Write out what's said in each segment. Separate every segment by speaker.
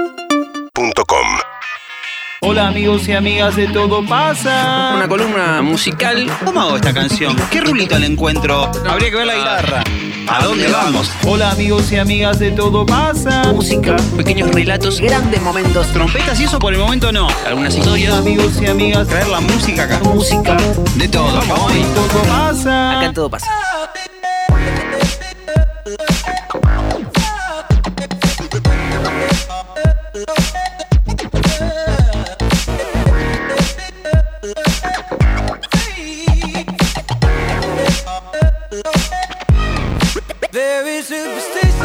Speaker 1: UrbanaPlayFM.com
Speaker 2: Hola amigos y amigas de Todo Pasa.
Speaker 3: Una columna musical.
Speaker 4: ¿Cómo hago esta canción? ¿Qué rulito le encuentro? Habría que ver la guitarra.
Speaker 3: Ah,
Speaker 4: ¿A dónde vamos?
Speaker 2: Hola amigos y amigas de Todo Pasa.
Speaker 3: Música, pequeños relatos,
Speaker 5: grandes momentos.
Speaker 4: Trompetas y eso por el momento no.
Speaker 3: algunas historias.
Speaker 2: Amigos y amigas,
Speaker 4: Traer la música acá.
Speaker 5: Música.
Speaker 4: De todo. Vamos.
Speaker 2: hoy Todo Pasa.
Speaker 3: Acá todo pasa.
Speaker 6: Very superstitious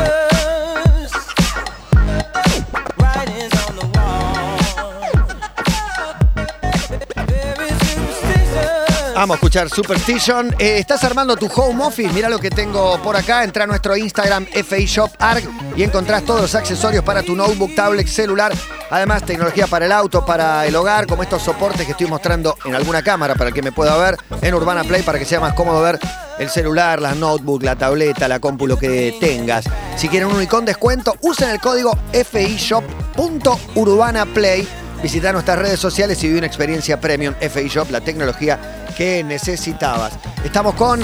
Speaker 6: writings on the wall. Very superstitious.
Speaker 7: Vamos a escuchar Superstition. Eh, ¿Estás armando tu home office? Mira lo que tengo por acá. Entra a nuestro Instagram FI Shop Arg y encontrás todos los accesorios para tu notebook, tablet, celular. Además, tecnología para el auto, para el hogar, como estos soportes que estoy mostrando en alguna cámara para el que me pueda ver, en Urbana Play para que sea más cómodo ver el celular, las notebook, la tableta, la compu, lo que tengas. Si quieren un icón descuento, usen el código FIShop.urbanaplay. Visita nuestras redes sociales y vive una experiencia premium FI Shop, la tecnología que necesitabas. Estamos con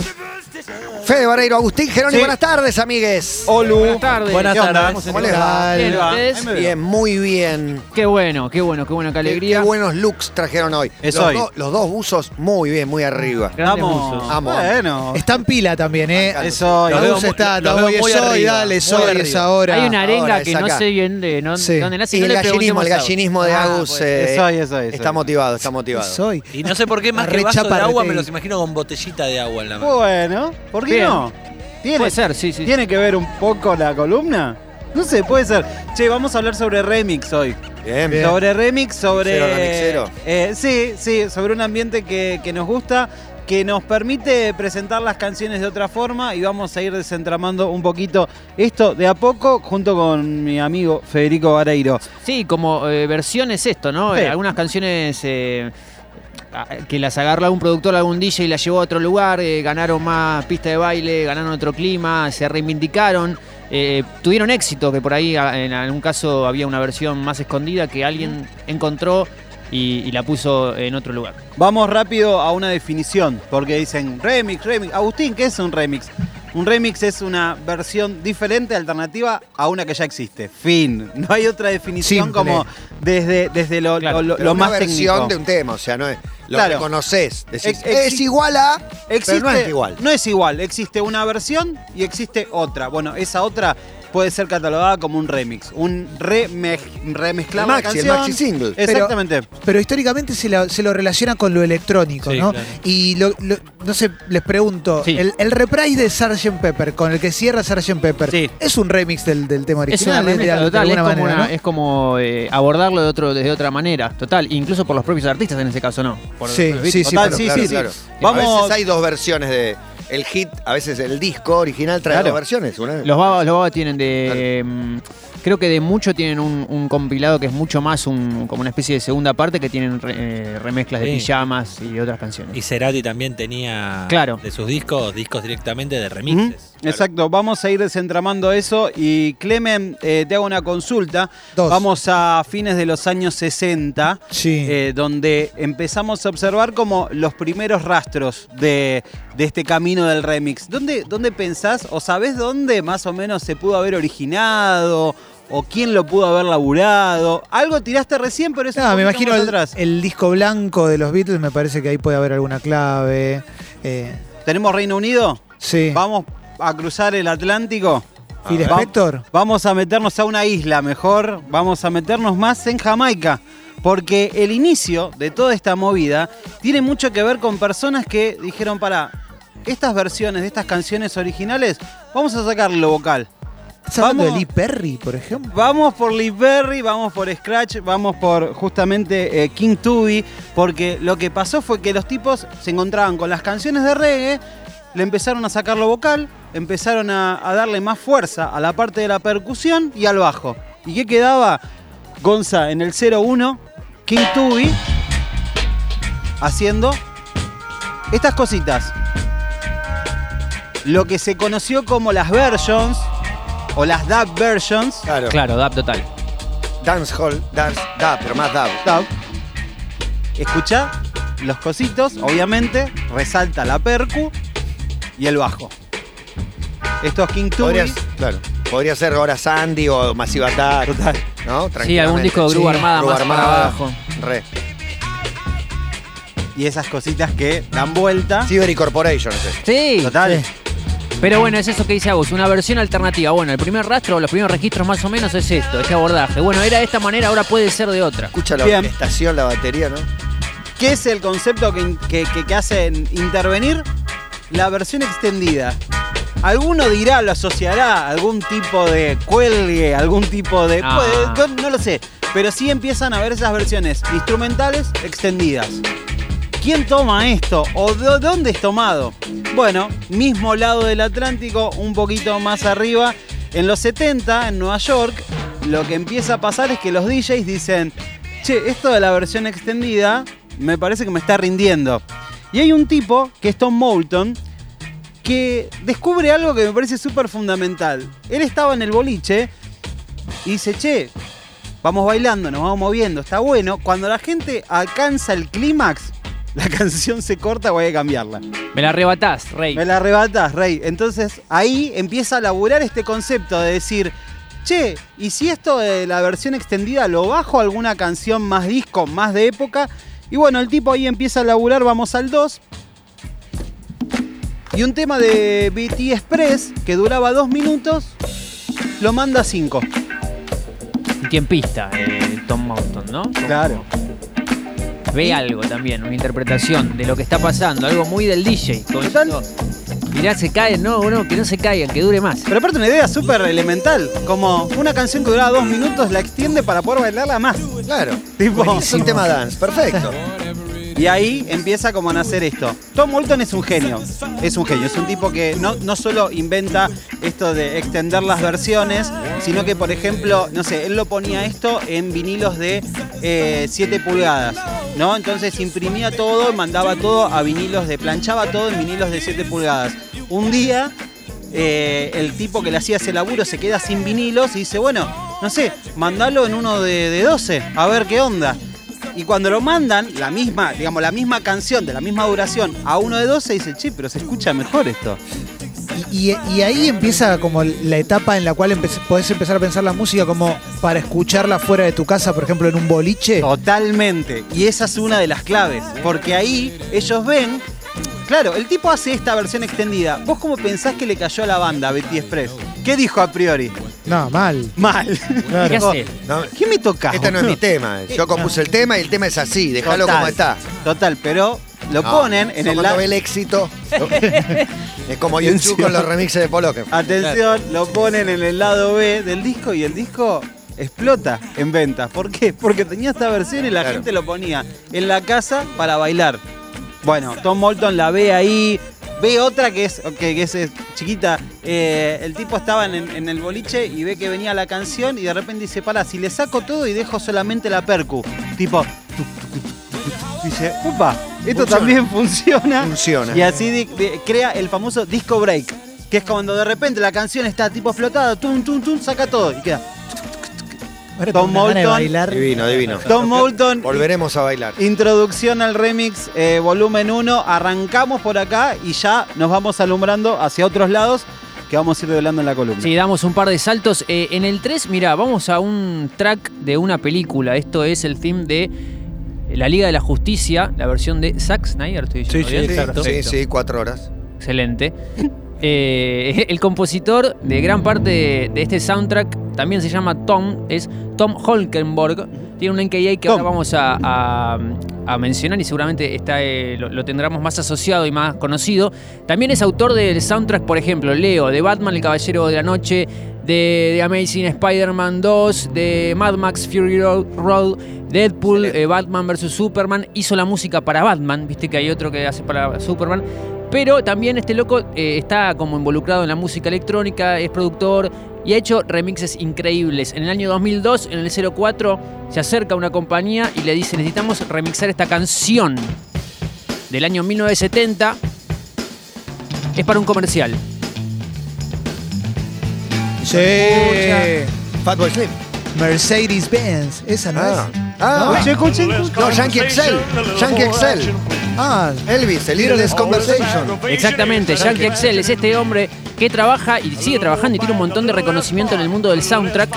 Speaker 7: Fede Barreiro, Agustín Geroni. Buenas tardes, amigues.
Speaker 4: Oh,
Speaker 8: Buenas tardes.
Speaker 7: ¿Qué onda? ¿Cómo les va?
Speaker 8: Bien, ¿ustedes?
Speaker 7: Bien, muy bien.
Speaker 8: Qué bueno, qué bueno, qué buena, qué alegría.
Speaker 7: Qué buenos looks trajeron hoy.
Speaker 4: Es
Speaker 7: los,
Speaker 4: hoy.
Speaker 7: do- los dos buzos muy bien, muy arriba.
Speaker 8: Grandes
Speaker 4: Vamos.
Speaker 8: buzos.
Speaker 7: Amo.
Speaker 4: Bueno.
Speaker 9: Están pila también, ¿eh?
Speaker 4: Es hoy.
Speaker 9: Los
Speaker 4: Los
Speaker 9: dos
Speaker 4: veo
Speaker 9: está,
Speaker 4: muy- los
Speaker 9: los
Speaker 4: veo
Speaker 9: es
Speaker 4: muy
Speaker 9: hoy,
Speaker 4: arriba,
Speaker 9: dale, es
Speaker 7: muy
Speaker 9: hoy,
Speaker 7: arriba.
Speaker 9: es ahora.
Speaker 8: Hay una arenga
Speaker 7: ahora,
Speaker 8: que
Speaker 7: es
Speaker 8: no
Speaker 7: acá.
Speaker 8: sé bien de no-
Speaker 9: Sí.
Speaker 8: dónde nace.
Speaker 7: Y
Speaker 8: no
Speaker 7: el
Speaker 8: le
Speaker 7: gallinismo,
Speaker 8: preguntemos
Speaker 7: el
Speaker 8: a-
Speaker 7: gallinismo de
Speaker 9: Ah,
Speaker 7: Agus
Speaker 9: pues,
Speaker 7: eh,
Speaker 4: es hoy, es hoy, es
Speaker 7: está
Speaker 4: hoy.
Speaker 7: motivado, está motivado.
Speaker 9: Soy.
Speaker 10: Y no sé por qué más que
Speaker 9: Re
Speaker 10: vaso de
Speaker 9: chapa
Speaker 10: agua
Speaker 9: rete.
Speaker 10: me los imagino con botellita de agua en la mano.
Speaker 4: Bueno. ¿Por qué
Speaker 8: Bien.
Speaker 4: no? Tiene,
Speaker 8: Puede ser, sí, sí.
Speaker 4: ¿Tiene que ver un poco la columna? No sé, puede ser. Che, vamos a hablar sobre remix hoy.
Speaker 7: Bien,
Speaker 9: Bien.
Speaker 4: Sobre remix, sobre.
Speaker 7: Mixero, remixero.
Speaker 4: eh, sí, sí, sobre un ambiente que, que nos gusta, que nos permite presentar las canciones de otra forma y vamos a ir desentramando un poquito esto de a poco junto con mi amigo Federico Vareiro.
Speaker 8: Sí, como eh, versiones esto, ¿no?
Speaker 4: Sí.
Speaker 8: Eh, algunas canciones eh, a- que las agarra un productor, algún DJ y las llevó a otro lugar, eh, ganaron más pista de baile, ganaron otro clima, se reivindicaron. eh, tuvieron éxito, que por ahí a- en algún caso había una versión más escondida que alguien encontró y- y la puso en otro lugar.
Speaker 4: Vamos rápido a una definición, porque dicen remix, remix. Agustín, ¿qué es un remix? Un remix es una versión diferente, alternativa a una que ya existe. Fin. No hay otra definición
Speaker 9: Simple.
Speaker 4: como desde, desde lo,
Speaker 8: Claro,
Speaker 4: lo- lo-
Speaker 7: Pero
Speaker 4: lo
Speaker 7: una
Speaker 4: más
Speaker 7: versión
Speaker 4: técnico.
Speaker 7: de un tema, o sea, no es. Lo
Speaker 4: Claro.
Speaker 7: reconoces. Decís,
Speaker 4: Ex- ex-
Speaker 7: es igual a.
Speaker 4: Existe,
Speaker 7: pero no es igual.
Speaker 4: No es igual. Existe una versión y existe otra. Bueno, esa otra puede ser catalogada como un remix. Un remez- remezclar
Speaker 7: El
Speaker 4: la
Speaker 7: maxi, el
Speaker 4: canción.
Speaker 7: maxi single.
Speaker 9: Pero-
Speaker 4: Exactamente.
Speaker 9: Pero históricamente se lo, se lo relaciona con lo electrónico,
Speaker 10: Sí,
Speaker 9: ¿no?
Speaker 10: claro.
Speaker 9: Y lo- lo- no sé, les pregunto,
Speaker 8: Sí.
Speaker 9: el, el reprise de Sgt. Pepper, con el que cierra Sgt. Pepper,
Speaker 4: Sí.
Speaker 9: es un remix del, del tema
Speaker 8: Es
Speaker 9: original.
Speaker 8: una
Speaker 9: de- de-
Speaker 8: remezcla
Speaker 9: de
Speaker 8: total, es
Speaker 9: alguna
Speaker 8: como,
Speaker 9: manera,
Speaker 8: una-
Speaker 9: ¿no?
Speaker 8: es como, eh, abordarlo de otro, de otra manera, total, incluso por los propios artistas en ese caso no. Por-
Speaker 9: Sí,
Speaker 8: por-
Speaker 9: sí, sí.
Speaker 4: Total,
Speaker 9: pero-
Speaker 4: sí,
Speaker 7: claro,
Speaker 4: sí, sí.
Speaker 7: claro. A
Speaker 4: Vamos.
Speaker 7: veces hay dos versiones de el hit, a veces el disco original trae
Speaker 4: Claro.
Speaker 7: dos versiones. Una,
Speaker 8: Los babas, los babas tienen de. em, creo que de mucho tienen un, un compilado que es mucho más un, como una especie de segunda parte que tienen re- eh, remezclas de
Speaker 10: Sí.
Speaker 8: pijamas y de otras
Speaker 10: Y
Speaker 8: canciones.
Speaker 10: Cerati también tenía
Speaker 8: Claro.
Speaker 10: de sus discos, discos directamente de
Speaker 4: Ujú,
Speaker 10: remixes.
Speaker 4: Exacto, vamos a ir desentramando eso y Clemen, eh, te hago una consulta.
Speaker 9: Dos.
Speaker 4: Vamos a fines de los años 60,
Speaker 9: Sí.
Speaker 4: eh, donde empezamos a observar como los primeros rastros de, de este camino del remix. ¿Dónde, ¿Dónde pensás o sabés dónde más o menos se pudo haber originado o quién lo pudo haber laburado? Algo tiraste recién, pero eso
Speaker 9: No, Ah, me imagino el,
Speaker 4: atrás.
Speaker 9: el disco blanco de los Beatles, me parece que ahí puede haber alguna clave. Eh,
Speaker 4: ¿Tenemos Reino Unido?
Speaker 9: sí.
Speaker 4: ¿Vamos a cruzar el Atlántico?
Speaker 9: Phil
Speaker 4: Va-
Speaker 9: Spector.
Speaker 4: Vamos a meternos a una isla mejor, vamos a meternos más en Jamaica, porque el inicio de toda esta movida tiene mucho que ver con personas que dijeron, para, estas versiones de estas canciones originales, vamos a sacar lo vocal.
Speaker 9: ¿Estás hablando
Speaker 4: vamos-
Speaker 9: de Lee Perry, por ejemplo?
Speaker 4: Vamos por Lee Berry, vamos por Scratch, vamos por justamente eh, King Tubi, porque lo que pasó fue que los tipos se encontraban con las canciones de reggae, le empezaron a sacar lo vocal, empezaron a, a darle más fuerza a la parte de la percusión y al bajo. ¿Y qué quedaba? Gonza en el 01, King Tubi haciendo estas cositas. Lo que se conoció como las versions o las dub versions.
Speaker 7: Claro.
Speaker 8: Claro, DAP total.
Speaker 7: Dance hall, dance, da, pero más da.
Speaker 4: Dub. Escuchá los cositos, obviamente, resalta la percu y el bajo. Esto es King Tui.
Speaker 7: Podrías- claro. Podría ser ahora Sandy o Massive Attack.
Speaker 4: Total.
Speaker 7: ¿No?
Speaker 8: Sí, algún
Speaker 7: Tranquilamente.
Speaker 8: disco de Grúa
Speaker 7: Sí,
Speaker 8: Armada
Speaker 7: Grúa
Speaker 8: más para
Speaker 7: Armada,
Speaker 8: abajo.
Speaker 7: Re.
Speaker 4: Y esas cositas que dan vuelta.
Speaker 7: Cyber Corporation, ese.
Speaker 8: Sí,
Speaker 4: Total.
Speaker 8: pero bueno, es eso que dice Agus, una versión alternativa. Bueno, el primer rastro, los primeros registros más o menos es esto, este abordaje. Bueno, era de esta manera, ahora puede ser de otra.
Speaker 7: Escucha la
Speaker 4: Bien.
Speaker 7: orquestación, la batería, ¿no?
Speaker 4: ¿Qué es el concepto que, que, que- que hace en intervenir? La versión extendida. Alguno dirá, lo asociará, a algún tipo de cuelgue, algún tipo de...
Speaker 8: Ah.
Speaker 4: puede- yo no lo sé. Pero sí empiezan a ver esas versiones instrumentales extendidas. ¿Quién toma esto? ¿O de dónde es tomado? Bueno, mismo lado del Atlántico, un poquito más arriba. En los 70, en Nueva York, lo que empieza a pasar es que los DJs dicen, che, esto de la versión extendida me parece que me está rindiendo. Y hay un tipo, que es Tom Moulton, que descubre algo que me parece súper fundamental. Él estaba en el boliche y dice, che, vamos bailando, nos vamos moviendo, está bueno. Cuando la gente alcanza el clímax, la canción se corta o hay que cambiarla.
Speaker 8: Me la arrebatás, Rey.
Speaker 4: Me la arrebatas, Rey. Entonces ahí empieza a laburar este concepto de decir, che, ¿y si esto de la versión extendida lo bajo a alguna canción más disco, más de época? Y bueno, el tipo ahí empieza a laburar, vamos al 2. Y un tema de BT Express que duraba dos minutos, lo manda a 5.
Speaker 8: Y tiempista, eh, Tom Mountain, ¿no?
Speaker 4: Claro.
Speaker 8: Ve algo también, una interpretación de lo que está pasando, algo muy del DJ. como
Speaker 4: Total.
Speaker 8: diciendo, Mirá, se caen, no, no, que no se caigan, que dure más.
Speaker 4: Pero aparte una idea súper elemental, como una canción que duraba dos minutos la extiende para poder bailarla más.
Speaker 7: Claro.
Speaker 4: Tipo,
Speaker 7: Es un tema dance, perfecto.
Speaker 4: Y ahí empieza como a nacer esto. Tom Walton es un genio. Es un genio. Es un tipo que no, no solo inventa esto de extender las versiones, sino que, por ejemplo, no sé, él lo ponía esto en vinilos de 7 pulgadas. ¿No? Entonces imprimía todo, mandaba todo a vinilos de. planchaba todo en vinilos de 7 pulgadas. Un día. eh, el tipo que le hacía ese laburo se queda sin vinilos y dice, bueno, no sé, mandalo en uno de, de 12, a ver qué onda. Y cuando lo mandan, la misma, digamos, la misma canción de la misma duración a uno de 12, dice, che, pero se escucha mejor esto.
Speaker 9: Y, y- y ahí empieza como la etapa en la cual empe- podés empezar a pensar la música como para escucharla fuera de tu casa, por ejemplo, en un boliche.
Speaker 4: Totalmente. Y esa es una de las claves. Porque ahí ellos ven. Claro, el tipo hace esta versión extendida. ¿Vos cómo pensás que le cayó a la banda a Betty Express? ¿Qué dijo a priori?
Speaker 9: No, mal.
Speaker 4: Mal.
Speaker 8: ¿Qué hace?
Speaker 7: No,
Speaker 4: ¿Qué me tocás?
Speaker 7: este no es
Speaker 4: boludo?
Speaker 7: mi tema. Yo compuse el tema y el tema es así. Déjalo
Speaker 4: Total.
Speaker 7: como está.
Speaker 4: Total, pero lo
Speaker 7: No,
Speaker 4: ponen en
Speaker 7: eso
Speaker 4: el
Speaker 7: cuando
Speaker 4: la-
Speaker 7: ve el éxito. es como YouTube con los remixes de Paul Oakenfold.
Speaker 4: Atención, lo ponen en el lado B del disco y el disco explota en ventas. ¿Por qué? Porque tenía esta versión y la
Speaker 7: Claro.
Speaker 4: gente lo ponía en la casa para bailar. Bueno, Tom Moulton la ve ahí, ve otra que es, ok, que es, es chiquita. Eh, el tipo estaba en, en el boliche y ve que venía la canción y de repente dice, para, si le saco todo y dejo solamente la percu. Tipo, tuc, tuc, tuc, tuc, tuc. dice, upa, esto
Speaker 7: Funciona.
Speaker 4: también funciona.
Speaker 7: Funciona.
Speaker 4: Ah, Y así di- di- crea el famoso disco break, que es cuando de repente la canción está tipo explotada, tum, tum, tum, saca todo y queda.
Speaker 9: Ahora
Speaker 4: Tom
Speaker 9: tengo una gana de
Speaker 4: Moulton.
Speaker 9: bailar.
Speaker 7: Divino, divino.
Speaker 4: Tom Moulton,
Speaker 7: Volveremos a bailar.
Speaker 4: introducción al remix, eh, volumen 1, arrancamos por acá y ya nos vamos alumbrando hacia otros lados que vamos a ir develando en la columna.
Speaker 8: Sí, damos un par de saltos. Eh, en el 3, mirá, vamos a un track de una película. Esto es el theme de La Liga de la Justicia, la versión de Zack Snyder, estoy diciendo
Speaker 10: Sí,
Speaker 8: bien?
Speaker 10: sí,
Speaker 7: Sí,
Speaker 10: Exacto.
Speaker 7: sí, sí, cuatro horas.
Speaker 8: Excelente. Eh, el compositor de gran parte de, de este soundtrack también se llama Tom, es Tom Holkenborg. Tiene un NKA que ahora
Speaker 4: Tom.
Speaker 8: vamos a, a- a mencionar y seguramente está, eh, lo, lo tendremos más asociado y más conocido. También es autor del soundtrack, por ejemplo, Leo, de Batman, El Caballero de la Noche, de, de Amazing Spider-Man 2, de Mad Max Fury Ro- Road, Deadpool, eh, Batman vs. Superman. Hizo la música para Batman, viste que hay otro que hace para Superman. Pero también este loco eh, está como involucrado en la música electrónica, es productor y ha hecho remixes increíbles. En el año 2002, en el 04, se acerca una compañía y le dice, necesitamos remixar esta canción del año 1970. Es para un comercial.
Speaker 9: mucho. mucha.
Speaker 7: Fatboy Slim.
Speaker 9: Mercedes-Benz, esa no
Speaker 7: Ah,
Speaker 9: es.
Speaker 7: ah,
Speaker 9: No.
Speaker 7: escuché, escuché, escuché. no, Yankee Excel. Yankee Excel.
Speaker 9: Ah,
Speaker 7: Elvis, el Leaderless Conversation.
Speaker 8: Exactamente, Jackie Axel es este hombre que trabaja y sigue trabajando y tiene un montón de reconocimiento en el mundo del soundtrack.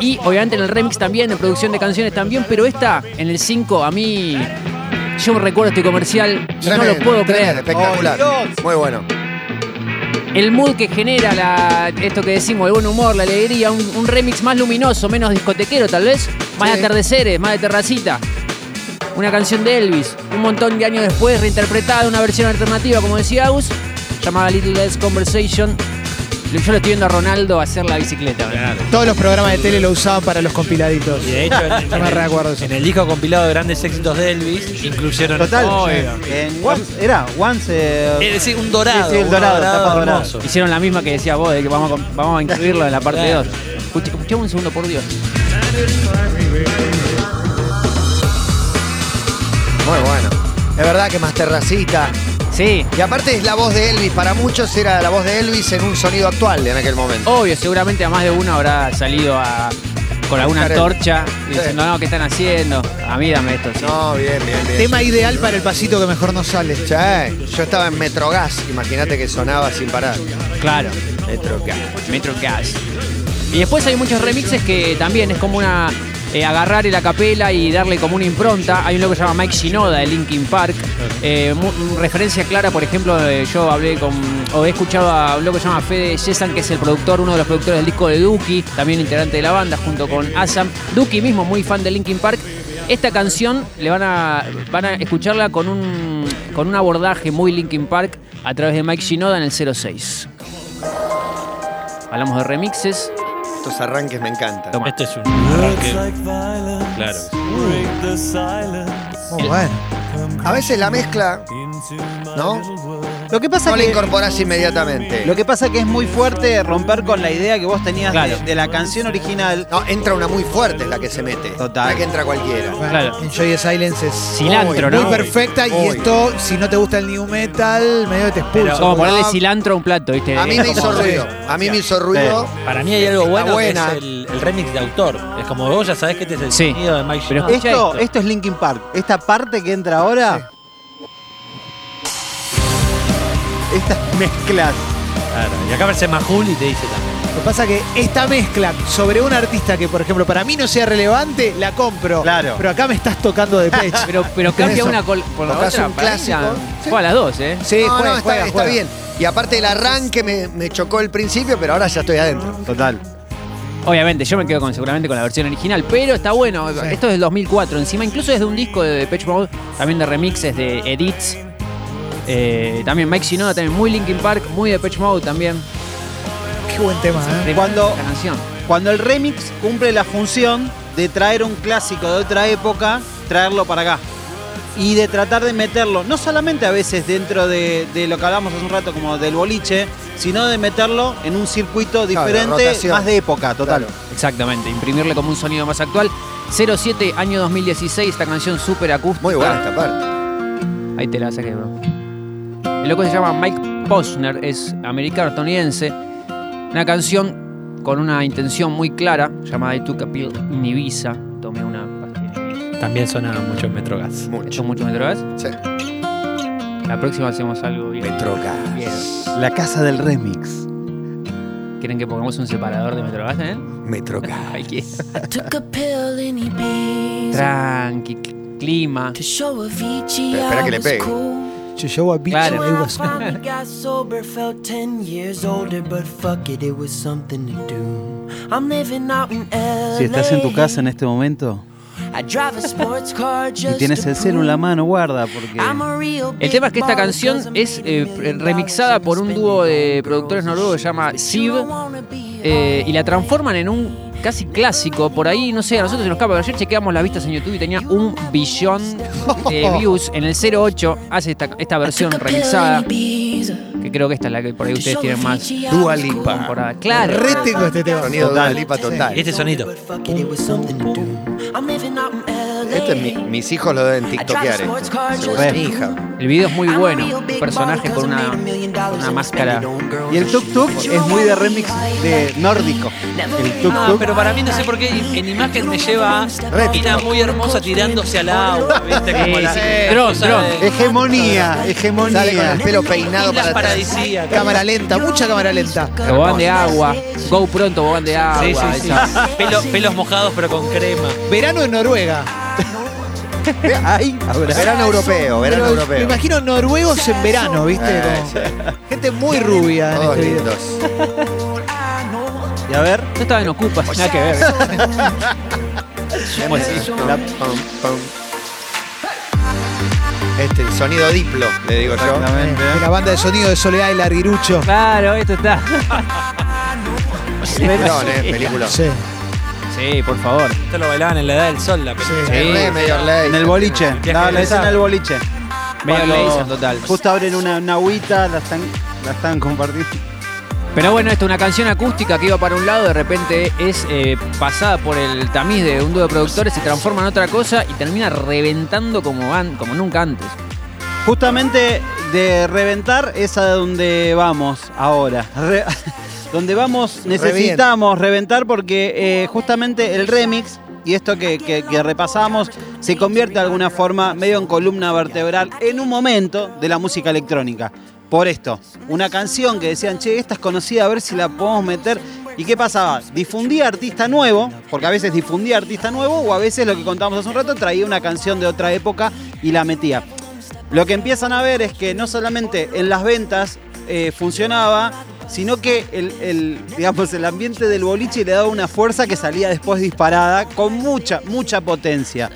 Speaker 8: Y obviamente en el remix también, en producción de canciones también, pero esta en el 5 a mí yo recuerdo este comercial y no lo
Speaker 7: Tremendo,
Speaker 8: puedo
Speaker 7: tremendo,
Speaker 8: creer.
Speaker 7: Espectacular. Muy bueno.
Speaker 8: El mood que genera la- esto que decimos, el buen humor, la alegría, un, un remix más luminoso, menos discotequero tal vez, más de atardeceres, más de terracita. Una canción de Elvis, un montón de años después, reinterpretada, una versión alternativa, como decía Agus, llamada Little Less Conversation. Yo lo estoy viendo a Ronaldo hacer la bicicleta.
Speaker 9: todos los programas de tele lo usaban para los compiladitos.
Speaker 10: Y de hecho, en, en
Speaker 9: Yo me
Speaker 10: el-
Speaker 9: recuerdo eso.
Speaker 10: en el disco compilado de grandes éxitos de Elvis, incluyeron.
Speaker 4: Total.
Speaker 10: Oh,
Speaker 4: eh, en Once, era Once. eh,
Speaker 10: Es decir, un dorado.
Speaker 4: Sí, sí, el
Speaker 10: un
Speaker 4: dorado, tapa dorada.
Speaker 10: hermoso.
Speaker 8: Hicieron la misma que decía vos, de que vamos a, vamos a incluirlo en la parte 2. Escuchemos un segundo, por Dios.
Speaker 7: Muy bueno. Es verdad que más terracita.
Speaker 8: Sí,
Speaker 7: Y aparte es la voz de Elvis. Para muchos era la voz de Elvis en un sonido actual en aquel momento.
Speaker 8: Obvio, seguramente a más de uno habrá salido a- con alguna
Speaker 7: Buscar el-
Speaker 8: antorcha y
Speaker 7: Sí.
Speaker 8: diciendo, no, ¿qué están haciendo? A mí dame esto. sí.
Speaker 7: No, bien, bien, bien.
Speaker 9: Tema ideal para el pasito que mejor no sale.
Speaker 7: Sí, yo estaba en Metrogas, imagínate que sonaba sin parar.
Speaker 8: Claro. Metro Cash. Y después hay muchos remixes que también es como una... eh, agarrar la capela y darle como una impronta. Hay un loco que se llama Mike Shinoda de Linkin Park. Eh, mu- mm, referencia clara, por ejemplo, eh, yo hablé con... o he escuchado a un loco que se llama Fede Yesan, que es el productor, uno de los productores del disco de Duki, también integrante de la banda, junto con Asam. Duki mismo, muy fan de Linkin Park. Esta canción le van a, van a escucharla con un, con un abordaje muy Linkin Park a través de Mike Shinoda en el 06. Hablamos de remixes.
Speaker 7: Estos arranques me encantan.
Speaker 8: Toma.
Speaker 10: Este es un arranque. Claro.
Speaker 9: Muy bueno.
Speaker 7: A veces la mezcla, ¿no?
Speaker 4: Lo que pasa
Speaker 7: No la
Speaker 4: que.
Speaker 7: incorporás inmediatamente.
Speaker 4: Lo que pasa que es muy fuerte romper con la idea que vos tenías
Speaker 8: Claro.
Speaker 4: de, de la canción original.
Speaker 7: No, entra una muy fuerte la que se mete.
Speaker 4: Total.
Speaker 7: La que entra cualquiera.
Speaker 8: Claro.
Speaker 9: Enjoy the Silence es
Speaker 8: Cilantro,
Speaker 9: muy
Speaker 8: ¿no?
Speaker 9: perfecta y
Speaker 7: Obvio.
Speaker 9: esto, si no te gusta el new metal, medio que te expulsa.
Speaker 8: Es como
Speaker 9: porque
Speaker 8: ponerle
Speaker 9: no-
Speaker 8: cilantro a un plato, ¿viste?
Speaker 7: A mí
Speaker 8: Es
Speaker 7: me
Speaker 8: como-
Speaker 7: hizo ruido. A mí me hizo ruido.
Speaker 10: Para mí hay algo
Speaker 7: Está
Speaker 10: bueno que es
Speaker 7: buena.
Speaker 10: el, el remix de autor. Es como vos ya sabés que este es el
Speaker 8: Sí.
Speaker 10: sonido de Mike
Speaker 8: Pero-
Speaker 10: Shinoda.
Speaker 8: Escucha
Speaker 4: Ah, Esto,
Speaker 8: esto.
Speaker 4: esto es Linkin Park. Esta parte que entra ahora. Estas mezclas.
Speaker 10: Claro. Y acá aparece Majul y te dice también.
Speaker 9: Lo que pasa es que esta mezcla sobre un artista que, por ejemplo, para mí no sea relevante, la compro.
Speaker 4: Claro.
Speaker 9: Pero acá me estás tocando de pecho.
Speaker 8: Pero, pero cambia
Speaker 7: Eso.
Speaker 8: una col- por la
Speaker 7: Tocás
Speaker 8: otra.
Speaker 7: un
Speaker 8: para mí la-
Speaker 7: clásico. Sí.
Speaker 8: Fue a las dos, ¿eh?
Speaker 9: sí,
Speaker 7: no,
Speaker 9: juega,
Speaker 7: no, está,
Speaker 9: juega,
Speaker 7: está
Speaker 9: juega.
Speaker 7: bien. Y aparte el arranque me, me chocó el principio, pero ahora ya estoy adentro.
Speaker 4: Total.
Speaker 8: Obviamente, yo me quedo con, seguramente con la versión original, pero está bueno. Esto es del 2004, encima, incluso desde un disco de Depeche Mode, también de remixes, de edits. Eh, también Mike Shinoda, también muy Linkin Park, muy Depeche Mode también.
Speaker 9: Qué buen tema, ¿eh?
Speaker 4: Cuando-
Speaker 8: La canción.
Speaker 4: Cuando el remix cumple la función de traer un clásico de otra época, traerlo para acá. Y de tratar de meterlo, no solamente a veces dentro de, de lo que hablamos hace un rato, como del boliche, sino de meterlo en un circuito
Speaker 7: Claro,
Speaker 4: diferente,
Speaker 7: rotación.
Speaker 4: más de época, total.
Speaker 7: Claro.
Speaker 8: Exactamente, imprimirle como un sonido más actual. 07, año 2016, esta canción súper acústica.
Speaker 7: Muy buena esta parte.
Speaker 8: Ahí te la saqué, bro. El loco se llama Mike Posner, es americano, estadounidense. Una canción con una intención muy clara, llamada I Took a Pill in Ibiza. Tomé una pastilla.
Speaker 10: También suena mucho en Metrogas.
Speaker 8: ¿Esto
Speaker 7: Mucho.
Speaker 8: es mucho metrogas?
Speaker 7: Sí.
Speaker 8: La próxima hacemos algo bien.
Speaker 7: Metrogas.
Speaker 8: Bien.
Speaker 4: La casa del remix.
Speaker 8: ¿Quieren que pongamos un separador de metrogas, eh?
Speaker 7: Metrogas.
Speaker 8: Ay, qué-
Speaker 1: Took a pill in Ibiza
Speaker 8: Tranqui, cl- clima.
Speaker 1: to show Avicii
Speaker 7: Pero espera que le
Speaker 1: I was
Speaker 7: pegue.
Speaker 1: cool.
Speaker 9: Yo llevo a bicho
Speaker 8: Claro.
Speaker 9: ahí
Speaker 1: When I
Speaker 9: vos.
Speaker 1: finally got sober, felt 10 years older, but fuck it, it was something to do. I'm living out in LA.
Speaker 4: Si estás en tu casa en este momento
Speaker 1: I drive a sports car just
Speaker 4: y tienes
Speaker 1: to
Speaker 4: el cel en la mano, guarda, porque.
Speaker 1: prove I'm a real
Speaker 8: El
Speaker 1: big
Speaker 8: tema es que esta
Speaker 1: baller
Speaker 8: canción
Speaker 1: 'cause I'm
Speaker 8: es eh,
Speaker 1: making
Speaker 8: pre-
Speaker 1: million
Speaker 8: remixada
Speaker 1: dollars
Speaker 8: por un
Speaker 1: and
Speaker 8: dúo de
Speaker 1: spending
Speaker 8: productores
Speaker 1: on
Speaker 8: noruegos que
Speaker 1: girls.
Speaker 8: se llama Siv
Speaker 1: You don't wanna be
Speaker 8: eh, y la
Speaker 1: alone.
Speaker 8: transforman en un casi clásico. Por ahí, no sé, a nosotros se nos escapa. Ayer chequeamos las vistas en YouTube y tenía un billón de views. En el 08 hace esta, esta versión
Speaker 1: Took a pill in
Speaker 8: remixada,
Speaker 1: Ibiza
Speaker 8: que creo que esta es la que por ahí
Speaker 1: to
Speaker 8: ustedes
Speaker 1: show
Speaker 8: tienen más
Speaker 1: Avicii I
Speaker 7: Dua
Speaker 1: was cool.
Speaker 7: Lipa.
Speaker 8: temporada. Claro.
Speaker 9: Re tengo este tema.
Speaker 7: Sonido de
Speaker 4: Total.
Speaker 7: una lipa total.
Speaker 10: Este sonido.
Speaker 7: Este, mi- mis hijos lo deben tiktokear. esto.
Speaker 1: TikTokear.
Speaker 7: Mi hija.
Speaker 8: El video es muy bueno. Un personaje con una, una máscara.
Speaker 4: Y el tuk-tuk es muy de remix de nórdico. El
Speaker 10: Ah,
Speaker 4: tuk-tuk.
Speaker 10: pero para mí no sé por qué en imagen me lleva a Mina muy hermosa tirándose al agua, ¿viste? Como
Speaker 8: Sí,
Speaker 10: la
Speaker 8: sí.
Speaker 10: Dron, dron.
Speaker 4: Hegemonía,
Speaker 7: Sale con
Speaker 4: hegemonía.
Speaker 7: el pelo peinado
Speaker 10: Islas
Speaker 7: para atrás.
Speaker 10: paradisíacas.
Speaker 9: Cámara lenta, mucha cámara lenta.
Speaker 8: Tobogán de agua. Go pronto, tobogán de agua.
Speaker 10: Sí, sí, sí.
Speaker 8: esa-
Speaker 10: Pelo- pelos mojados pero con crema.
Speaker 9: Verano en Noruega.
Speaker 4: Ay, ahora.
Speaker 7: Verano europeo, verano
Speaker 9: Pero Me
Speaker 7: europeo.
Speaker 9: imagino noruegos en verano, ¿viste?
Speaker 7: Eh, Oh,
Speaker 9: Como gente muy rubia en
Speaker 7: Todos
Speaker 9: este video.
Speaker 7: lindos.
Speaker 4: Y a ver.
Speaker 8: Yo estaba en Ocupas, nada que ver.
Speaker 4: ¿cómo es?
Speaker 7: La- Este, el sonido diplo, le digo yo.
Speaker 4: Exactamente.
Speaker 9: De la banda de sonido de Soledad y Larguirucho.
Speaker 8: Claro, esto está.
Speaker 7: Peliculón, eh, película.
Speaker 9: Sí.
Speaker 8: Sí, por favor.
Speaker 10: Esto lo bailaban en la edad del sol, la película.
Speaker 8: Sí.
Speaker 7: Re Major Lazer.
Speaker 4: En el boliche. No, la escena del boliche.
Speaker 8: Medio
Speaker 4: Cuando
Speaker 8: Lazer, total.
Speaker 4: Justo abren una, una agüita, la están, la están compartiendo.
Speaker 8: Pero bueno, esto, una canción acústica que iba para un lado, de repente es eh, pasada por el tamiz de un dúo de productores, se transforma en otra cosa y termina reventando como, an- como nunca antes.
Speaker 4: Justamente de reventar es a donde vamos ahora. Re- donde vamos necesitamos reventar porque eh, justamente el remix y esto que, que- que repasamos se convierte de alguna forma medio en columna vertebral en un momento de la música electrónica. Por esto, una canción que decían, che, esta es conocida, a ver si la podemos meter. ¿Y qué pasaba? Difundía artista nuevo, porque a veces difundía artista nuevo o a veces lo que contábamos hace un rato traía una canción de otra época y la metía. Lo que empiezan a ver es que no solamente en las ventas eh, funcionaba, sino que el, el, digamos, el ambiente del boliche le daba una fuerza que salía después disparada con mucha, mucha potencia.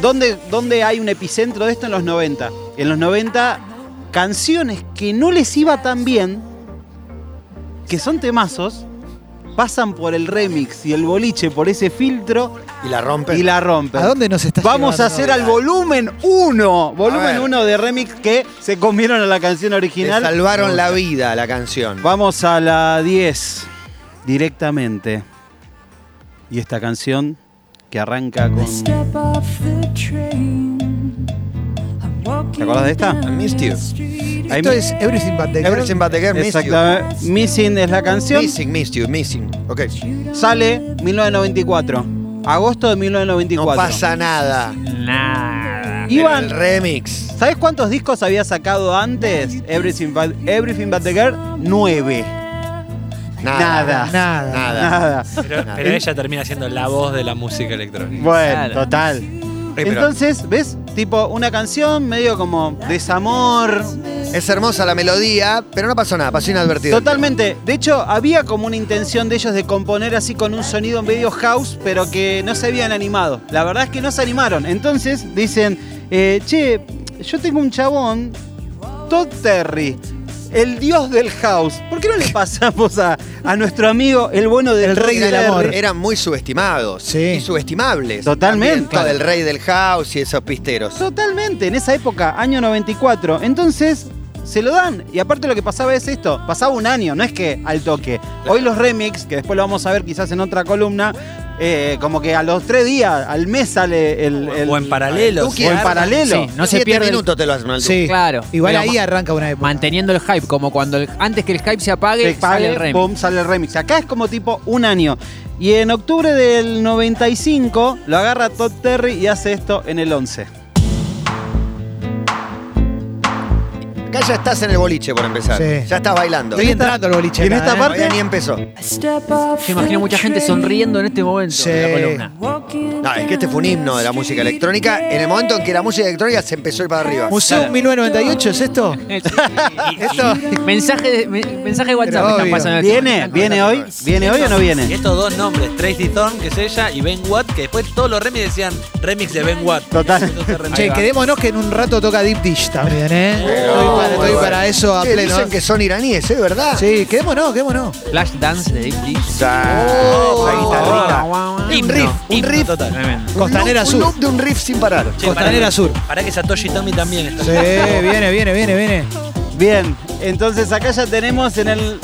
Speaker 4: ¿Dónde, dónde hay un epicentro de esto? En los 90. En los 90, canciones que no les iba tan bien, que son temazos, pasan por el remix y el boliche, por ese filtro,
Speaker 7: Y la rompen.
Speaker 4: y la rompen.
Speaker 9: ¿A dónde nos estás
Speaker 4: Vamos a hacer al volumen 1, volumen
Speaker 7: ver.
Speaker 4: 1 de remix que se comieron a la canción
Speaker 7: Te
Speaker 4: original.
Speaker 7: salvaron la vida la canción.
Speaker 4: Vamos a la 10 directamente. Y esta canción que arranca con
Speaker 5: ¿Te
Speaker 4: acordás de esta?
Speaker 7: I missed you.
Speaker 9: Esto es Everything But The Girl.
Speaker 7: Everything but the girl missed you.
Speaker 4: Exactamente, Missing es la canción.
Speaker 7: Missing, missed you, missing. Ok.
Speaker 4: Sale 1994, agosto de
Speaker 7: No
Speaker 4: 1994.
Speaker 7: pasa nada. El
Speaker 4: Iban
Speaker 7: remix.
Speaker 4: ¿Sabes cuántos discos había sacado antes? Everything But, Everything But the Girl, 9.
Speaker 7: Nada.
Speaker 4: Nada.
Speaker 9: Nada.
Speaker 7: Nada.
Speaker 4: Nada.
Speaker 10: Pero, pero ella termina siendo la voz de la música electrónica.
Speaker 4: Bueno,
Speaker 8: Claro.
Speaker 4: total.
Speaker 7: pero-
Speaker 4: Entonces, ¿ves? Tipo, una canción medio como desamor.
Speaker 7: Es hermosa la melodía, pero no pasó nada, pasó inadvertido.
Speaker 4: Totalmente. De hecho, había como una intención de ellos de componer así con un sonido medio house, pero que no se habían animado. La verdad es que no se animaron. Entonces dicen, eh, che, yo tengo un chabón, Todd Terry, el dios del house. ¿Por qué no le pasamos a, a nuestro amigo, el bueno del rey
Speaker 7: Eran-
Speaker 4: del amor?
Speaker 7: Eran muy subestimados.
Speaker 9: Sí.
Speaker 7: Y subestimables.
Speaker 4: Totalmente.
Speaker 7: También, todo el rey del house y esos pisteros.
Speaker 4: Totalmente, en esa época, año 94. Entonces, se lo dan. Y aparte lo que pasaba es esto, pasaba un año, no es que al toque. Hoy los remix, que después lo vamos a ver quizás en otra columna, eh, como que a los tres días, al mes sale el... el-
Speaker 10: O en paralelo.
Speaker 7: Duki
Speaker 4: o en
Speaker 7: Arma.
Speaker 4: paralelo.
Speaker 8: Sí, no se
Speaker 7: Siete
Speaker 8: pierde el-
Speaker 7: minutos te lo has maldito.
Speaker 9: Sí.
Speaker 8: Claro.
Speaker 9: Igual
Speaker 8: Pero
Speaker 9: ahí
Speaker 8: ma-
Speaker 9: arranca una época.
Speaker 8: Manteniendo el hype, como cuando el- antes que el hype se apague,
Speaker 4: Te pague,
Speaker 8: sale el remix.
Speaker 4: boom, sale el remix. Acá es como tipo un año. Y en octubre del 95 lo agarra Todd Terry y hace esto en el 11.
Speaker 7: Acá ya estás en el boliche por empezar.
Speaker 9: Sí.
Speaker 7: Ya estás bailando.
Speaker 9: Estoy entrando al boliche.
Speaker 4: Y en
Speaker 9: acá,
Speaker 4: esta
Speaker 9: ¿eh?
Speaker 4: parte-
Speaker 7: Todavía ni empezó.
Speaker 8: Yo imagino mucha gente sonriendo en este momento
Speaker 9: Sí.
Speaker 8: de la columna.
Speaker 7: No, es que este fue un himno de la música electrónica en el momento en que la música electrónica se empezó a ir para arriba.
Speaker 9: Museo 1998, ¿es esto?
Speaker 8: Esto- mensaje, de, me- mensaje de WhatsApp
Speaker 9: Pero
Speaker 8: me están
Speaker 9: obvio.
Speaker 8: pasando. este
Speaker 4: ¿Viene? ¿Viene hoy? ¿Viene hoy o no
Speaker 10: Y
Speaker 4: viene?
Speaker 10: estos dos nombres, Tracy Thorn, que es ella, y Ben Watt, que después todos los remix decían remix de Ben Watt.
Speaker 4: Total.
Speaker 10: Entonces, remix.
Speaker 9: Che, quedémonos que en un rato toca Deep Dish también, ¿eh? estoy para, estoy para eso a
Speaker 7: Oh, Che,
Speaker 9: pleno.
Speaker 7: dicen que son iraníes, ¿eh? ¿Verdad?
Speaker 9: Sí, quedémonos, quedémonos.
Speaker 8: Flash Dance de Deep Dish.
Speaker 7: Oh, la guitarrita.
Speaker 10: Himno,
Speaker 7: riff, un
Speaker 10: himno
Speaker 7: riff.
Speaker 10: total.
Speaker 8: Tremendo.
Speaker 7: Un
Speaker 9: Costanera
Speaker 7: loop-
Speaker 9: Sur.
Speaker 7: Un loop de un riff sin parar.
Speaker 10: Che,
Speaker 9: Costanera
Speaker 10: pará-
Speaker 9: Sur.
Speaker 10: Pará que Satoshi Tommy también está.
Speaker 9: Sí, viene, viene, viene, viene.
Speaker 4: Bien, entonces acá ya tenemos en el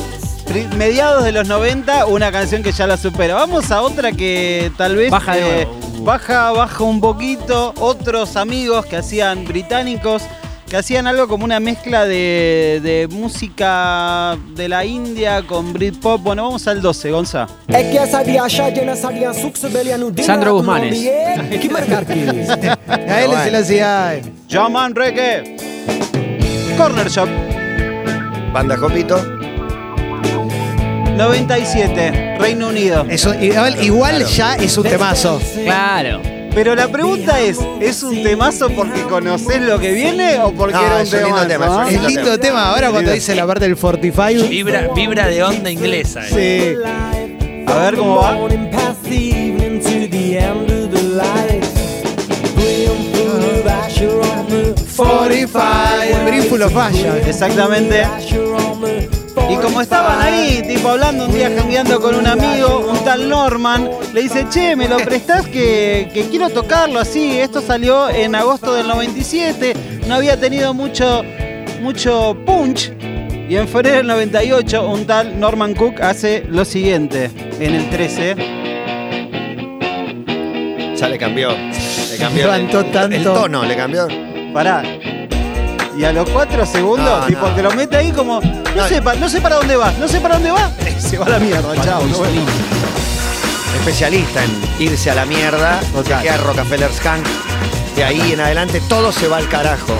Speaker 4: pri- mediados de los 90 una canción que ya la supera. Vamos a otra que tal vez eh,
Speaker 8: Baja de nuevo.
Speaker 4: baja, baja un poquito. Otros amigos que hacían británicos que hacían algo como una mezcla de, de música de la India con Britpop. Bueno, vamos al 12, Gonza.
Speaker 8: Sandro Guzmanes.
Speaker 9: A él se eh, le hacía. ay.
Speaker 4: Jaman Reggae. Corner Shop.
Speaker 7: Banda Jopito.
Speaker 4: 97, Reino Unido.
Speaker 9: Eso, igual igual ya es un temazo.
Speaker 8: Claro.
Speaker 4: Pero la pregunta es, ¿es un temazo porque conocés lo que viene o porque
Speaker 7: No,
Speaker 4: era un
Speaker 7: es un lindo
Speaker 4: temazo?
Speaker 7: tema, es un
Speaker 4: ah?
Speaker 9: Es lindo tema. Ahora cuando dice la parte del 45.
Speaker 10: Vibra, vibra de onda inglesa. eh.
Speaker 4: Sí. A ver cómo va.
Speaker 9: Greenful of Falla.
Speaker 4: Exactamente. Y como estaban ahí, tipo hablando un día jangueando con un amigo, un tal Norman, le dice, che, ¿me lo prestás que, que quiero tocarlo así? Esto salió en agosto del 97, no había tenido mucho, mucho punch. Y en febrero del 98, un tal Norman Cook hace lo siguiente, en el 13.
Speaker 7: Ya le cambió. Le cambió.
Speaker 9: Levantó
Speaker 7: el,
Speaker 9: tanto.
Speaker 7: el tono, le cambió.
Speaker 4: Pará. Y a los 4 segundos,
Speaker 7: No,
Speaker 4: tipo,
Speaker 7: no.
Speaker 4: te lo mete ahí como, no,
Speaker 7: No.
Speaker 4: sé, pa- no sé para dónde va, no sé para dónde va. Se va a la mierda, chao.
Speaker 7: Especialista en irse a la mierda.
Speaker 4: Total.
Speaker 7: Se queda Rockefeller Skank. De ahí en adelante todo se va al carajo.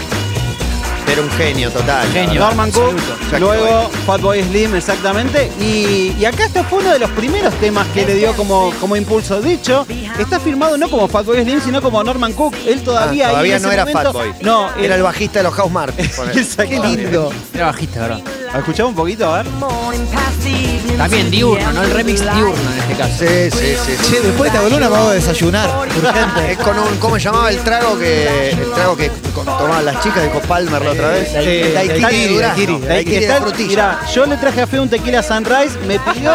Speaker 7: Era un genio total.
Speaker 8: Genio.
Speaker 4: Norman Cook,
Speaker 7: Jack
Speaker 4: luego Fatboy Slim, exactamente. Y, y acá esto fue uno de los primeros temas que le dio como, como impulso. De hecho, está firmado no como Fatboy Slim, sino como Norman Cook. Él
Speaker 7: Ah,
Speaker 4: todavía ahí
Speaker 7: todavía
Speaker 4: en
Speaker 7: no
Speaker 4: ese
Speaker 7: era
Speaker 4: momento-
Speaker 7: Fatboy.
Speaker 4: No,
Speaker 7: Era el bajista de los House Martins. ponele.
Speaker 9: Qué
Speaker 4: Exacto.
Speaker 9: lindo.
Speaker 8: Era bajista, ¿verdad?
Speaker 4: Escuchamos un poquito, a ver.
Speaker 8: También diurno, ¿no? El remix diurno en este caso.
Speaker 7: Sí, sí, sí. sí.
Speaker 9: Che, después de esta columna vamos a desayunar. Urgente.
Speaker 7: Es con un, ¿cómo se llamaba el trago que el trago que co- tomaban las chicas dijo Palmer la otra vez?
Speaker 4: Eh,
Speaker 7: Daiquiri de
Speaker 9: daiquiri,
Speaker 7: durazno, daiquiri de
Speaker 4: Está-
Speaker 7: frutilla.
Speaker 4: mirá, yo le traje a Fe un tequila Sunrise, me pidió.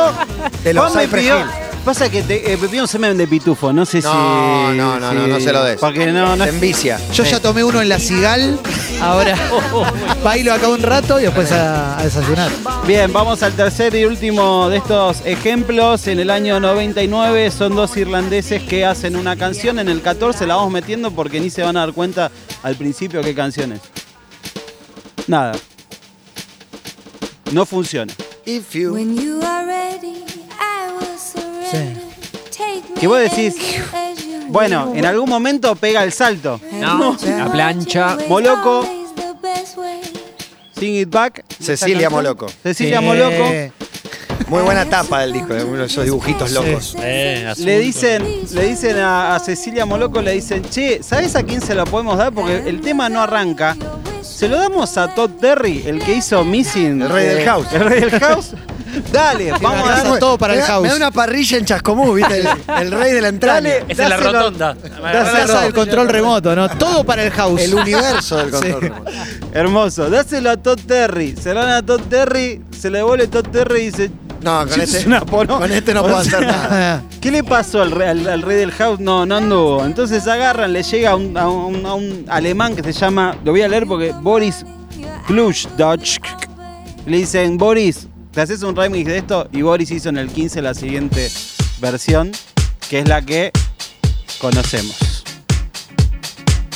Speaker 7: De los
Speaker 4: Juan me
Speaker 7: Cypress
Speaker 4: pidió.
Speaker 7: Hill.
Speaker 4: Pasa que te, eh, me pidió un semen de pitufo, no sé si.
Speaker 7: No, no, no, no,
Speaker 4: si-
Speaker 7: no se lo des.
Speaker 4: Porque no, no
Speaker 7: Te envicia.
Speaker 9: Yo ya tomé uno en la cigal. Ahora
Speaker 4: Oh,
Speaker 9: bailo acá un rato y después a, a desayunar.
Speaker 4: Bien, vamos al tercer y último de estos ejemplos. En el año 99 son dos irlandeses que hacen una canción. En el 14 la vamos metiendo porque ni se van a dar cuenta al principio qué canción es. Nada. No funciona.
Speaker 7: If you-
Speaker 4: Que vos decís, bueno, en algún momento pega el salto.
Speaker 8: No, la plancha.
Speaker 4: Moloco. Sing It Back.
Speaker 7: Cecilia
Speaker 4: Esta canción.
Speaker 7: Moloco.
Speaker 4: Cecilia
Speaker 9: Sí.
Speaker 4: Moloco.
Speaker 7: Muy buena tapa del disco, de uno de esos dibujitos locos.
Speaker 10: Eh,
Speaker 4: Le dicen, le dicen a, a Cecilia Moloco, le dicen, che, ¿sabes a quién se lo podemos dar? Porque el tema no arranca. Se lo damos a Todd Terry, el que hizo Missing.
Speaker 7: El rey del
Speaker 4: eh,
Speaker 7: house.
Speaker 4: El rey del house. Dale, vamos a
Speaker 9: agarra
Speaker 4: dar.
Speaker 9: todo para
Speaker 7: Me
Speaker 9: el
Speaker 7: da-
Speaker 9: house.
Speaker 7: Me da una parrilla en Chascomús, ¿viste? El, el rey de la entrada.
Speaker 4: Dale.
Speaker 10: Es en la
Speaker 4: dáselo-
Speaker 10: rotonda.
Speaker 9: La casa del control remoto, ¿no? Todo para el house.
Speaker 7: El universo del control. remoto.
Speaker 4: Hermoso, dáselo a Todd Terry. Se lo dan a Todd Terry, se le devuelve Todd Terry y dice,
Speaker 7: No, con
Speaker 4: "Sí,
Speaker 7: este,
Speaker 4: es una poronga".
Speaker 7: con este no
Speaker 4: O
Speaker 7: puedo
Speaker 4: sea,
Speaker 7: hacer nada.
Speaker 4: ¿Qué le pasó al, re- al- al rey del house? No, no anduvo. Entonces agarran, le llega a un, a un- a un alemán que se llama, lo voy a leer porque Boris Dutch. Le dicen, Boris, te haces un remix de esto y Boris hizo en el 15 la siguiente versión, que es la que conocemos.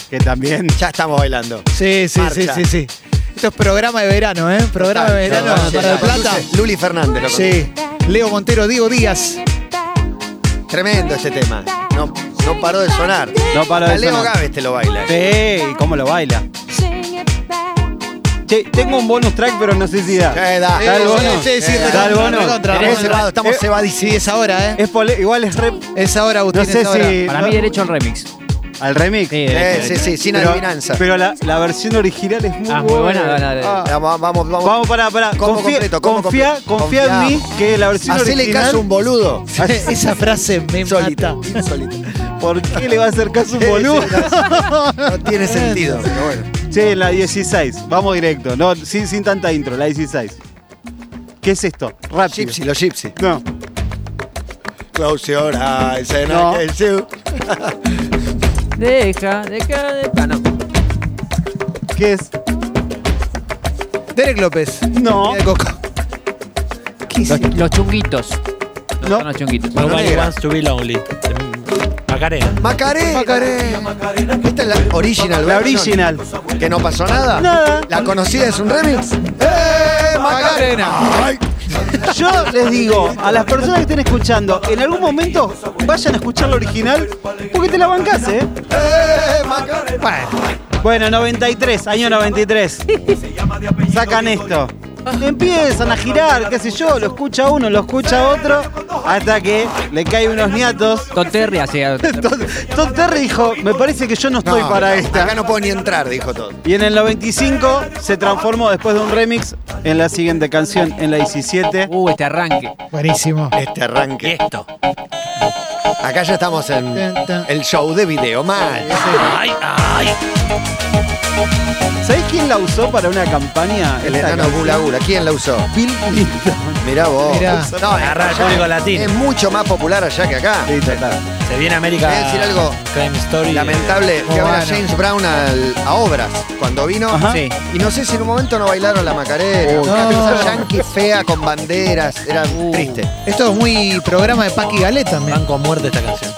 Speaker 4: Que también...
Speaker 7: Ya estamos bailando.
Speaker 9: Sí, sí, sí,
Speaker 7: Marcha.
Speaker 9: sí, sí. Esto es programa de verano, ¿eh? Programa de verano
Speaker 7: Total,
Speaker 9: para el
Speaker 7: total.
Speaker 9: Plata.
Speaker 7: Luli Fernández. Lo
Speaker 9: Sí. Leo Montero, Diego Díaz.
Speaker 7: Tremendo este tema. No, no paró de sonar.
Speaker 4: No paró de
Speaker 7: Hasta Leo
Speaker 4: sonar.
Speaker 7: Gávez te lo baila.
Speaker 4: Sí, ¿y ¿cómo lo baila? Che, tengo un bonus track, pero no sé si da.
Speaker 7: Eh, da.
Speaker 4: ¿Da el bonus?
Speaker 9: Sí, sí,
Speaker 4: ¿Da
Speaker 9: recontra,
Speaker 4: el bonus?
Speaker 9: recontra,
Speaker 7: Estamos
Speaker 9: recontra. Eh,
Speaker 7: cebados, estamos
Speaker 9: Sí,
Speaker 7: cebadísimos.
Speaker 9: es ahora, ¿eh?
Speaker 4: Es pole- igual es re...
Speaker 9: Es ahora, Agustín.
Speaker 4: No sé
Speaker 9: es ahora.
Speaker 4: si...
Speaker 8: Para
Speaker 4: no-
Speaker 8: mí derecho al remix.
Speaker 4: ¿Al remix?
Speaker 8: Sí,
Speaker 7: Eh,
Speaker 8: derecho,
Speaker 7: sí,
Speaker 8: derecho.
Speaker 7: sí, sin
Speaker 4: Pero-
Speaker 7: adivinanza. Eh,
Speaker 4: Pero la, la versión original es muy
Speaker 8: Ah, muy
Speaker 4: buena.
Speaker 8: buena. la- la-
Speaker 7: Vamos, vamos, vamos.
Speaker 4: Vamos, pará, pará.
Speaker 7: Combo
Speaker 4: Confía,
Speaker 7: completo, combo
Speaker 4: confía,
Speaker 7: completo.
Speaker 4: confía en mí que la versión
Speaker 7: Hacele
Speaker 4: original...
Speaker 7: caso a un boludo.
Speaker 9: Esa frase me mata.
Speaker 7: Insólito, insólito.
Speaker 4: ¿Por qué le va a hacer caso a un boludo?
Speaker 7: No tiene sentido, pero bueno.
Speaker 4: che, la 16. Vamos directo. No, sin, sin tanta intro, la 16. ¿Qué es esto? Rápido.
Speaker 7: Gypsy, los gypsy.
Speaker 4: No.
Speaker 7: Close your eyes and
Speaker 4: No.
Speaker 7: I can see you.
Speaker 8: Deja, deja, de- Ah, no.
Speaker 4: ¿Qué es?
Speaker 9: Derek López.
Speaker 4: No.
Speaker 9: De Coco.
Speaker 8: Los, los chunguitos. No.
Speaker 4: No.
Speaker 8: Son los chunguitos.
Speaker 10: Nobody wants to be lonely.
Speaker 11: Macarena.
Speaker 7: Macarena. Esta es la original,
Speaker 4: La
Speaker 7: versión.
Speaker 4: original.
Speaker 7: ¿Que no pasó nada?
Speaker 4: Nada.
Speaker 7: ¿La conocida es un remix? ¡Eh, Macarena! Ay,
Speaker 4: Yo les digo a las personas que estén escuchando, en algún momento vayan a escuchar la original porque te la bancás, ¿eh?
Speaker 7: ¡Eh, Macarena! Bueno,
Speaker 4: Bueno, 93, año 93. Sacan esto. Empiezan a girar, qué sé yo, lo escucha uno, lo escucha otro, hasta que le caen unos niatos.
Speaker 11: Tonterria, sea.
Speaker 4: Tom- Tom Terry dijo, me parece que yo no estoy
Speaker 7: no,
Speaker 4: para esta.
Speaker 7: Acá no puedo ni entrar, dijo todo.
Speaker 4: Y en el 95 se transformó después de un remix en la siguiente canción, en la 17.
Speaker 11: Uh, este arranque.
Speaker 9: Buenísimo.
Speaker 7: Este arranque.
Speaker 11: Esto.
Speaker 7: Acá ya estamos en el show de video, mal.
Speaker 11: Ay, ay.
Speaker 4: ¿Sabés quién la usó para una campaña?
Speaker 7: El
Speaker 4: Esta
Speaker 7: enano
Speaker 4: canción.
Speaker 7: Gula Gula. ¿Quién la usó?
Speaker 4: Bill Clinton.
Speaker 7: Mirá vos.
Speaker 9: Mirá.
Speaker 7: No,
Speaker 11: Agarra el
Speaker 7: allá
Speaker 11: público latino.
Speaker 7: Es mucho más popular allá que acá.
Speaker 4: Sí, total.
Speaker 11: Se viene América.
Speaker 7: Voy a decir algo
Speaker 11: Crime Story.
Speaker 7: Lamentable que ahora
Speaker 9: Bueno.
Speaker 7: James Brown al- a obras cuando vino.
Speaker 4: Ajá.
Speaker 11: Sí.
Speaker 7: Y no sé si en un momento no bailaron la Macarena. Una camisa yankee fea con banderas. Era triste.
Speaker 9: Esto es muy programa de Paqui Galet también.
Speaker 11: Banco a muerte esta canción.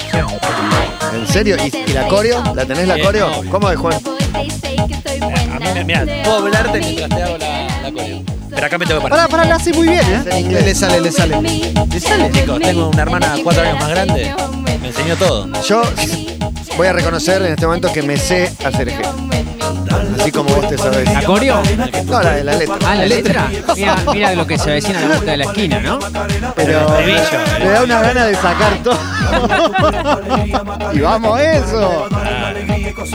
Speaker 7: ¿En serio? ¿Y, y la coreo? ¿La tenés la coreo? ¿Cómo es, Juan?
Speaker 11: Eh, A mí, mira, puedo hablarte mientras te hago la, la coreo. Pero acá me tengo que
Speaker 4: Pará,
Speaker 11: parar.
Speaker 4: pará, la hace muy bien, ¿eh?
Speaker 7: En inglés.
Speaker 9: Le sale, le sale.
Speaker 11: Chicos, tengo una hermana cuatro años más grande. Me enseñó todo.
Speaker 7: Yo voy a reconocer en este momento que me sé hacer eje. Así como vos te sabés.
Speaker 8: Ah,
Speaker 2: ¿A coreo?
Speaker 7: No, la de la letra.
Speaker 2: Ah, la letra. Mira, mira lo que se avecina a la vuelta de la esquina, ¿no?
Speaker 7: Pero
Speaker 4: Me da unas ganas de sacar todo. y vamos a eso.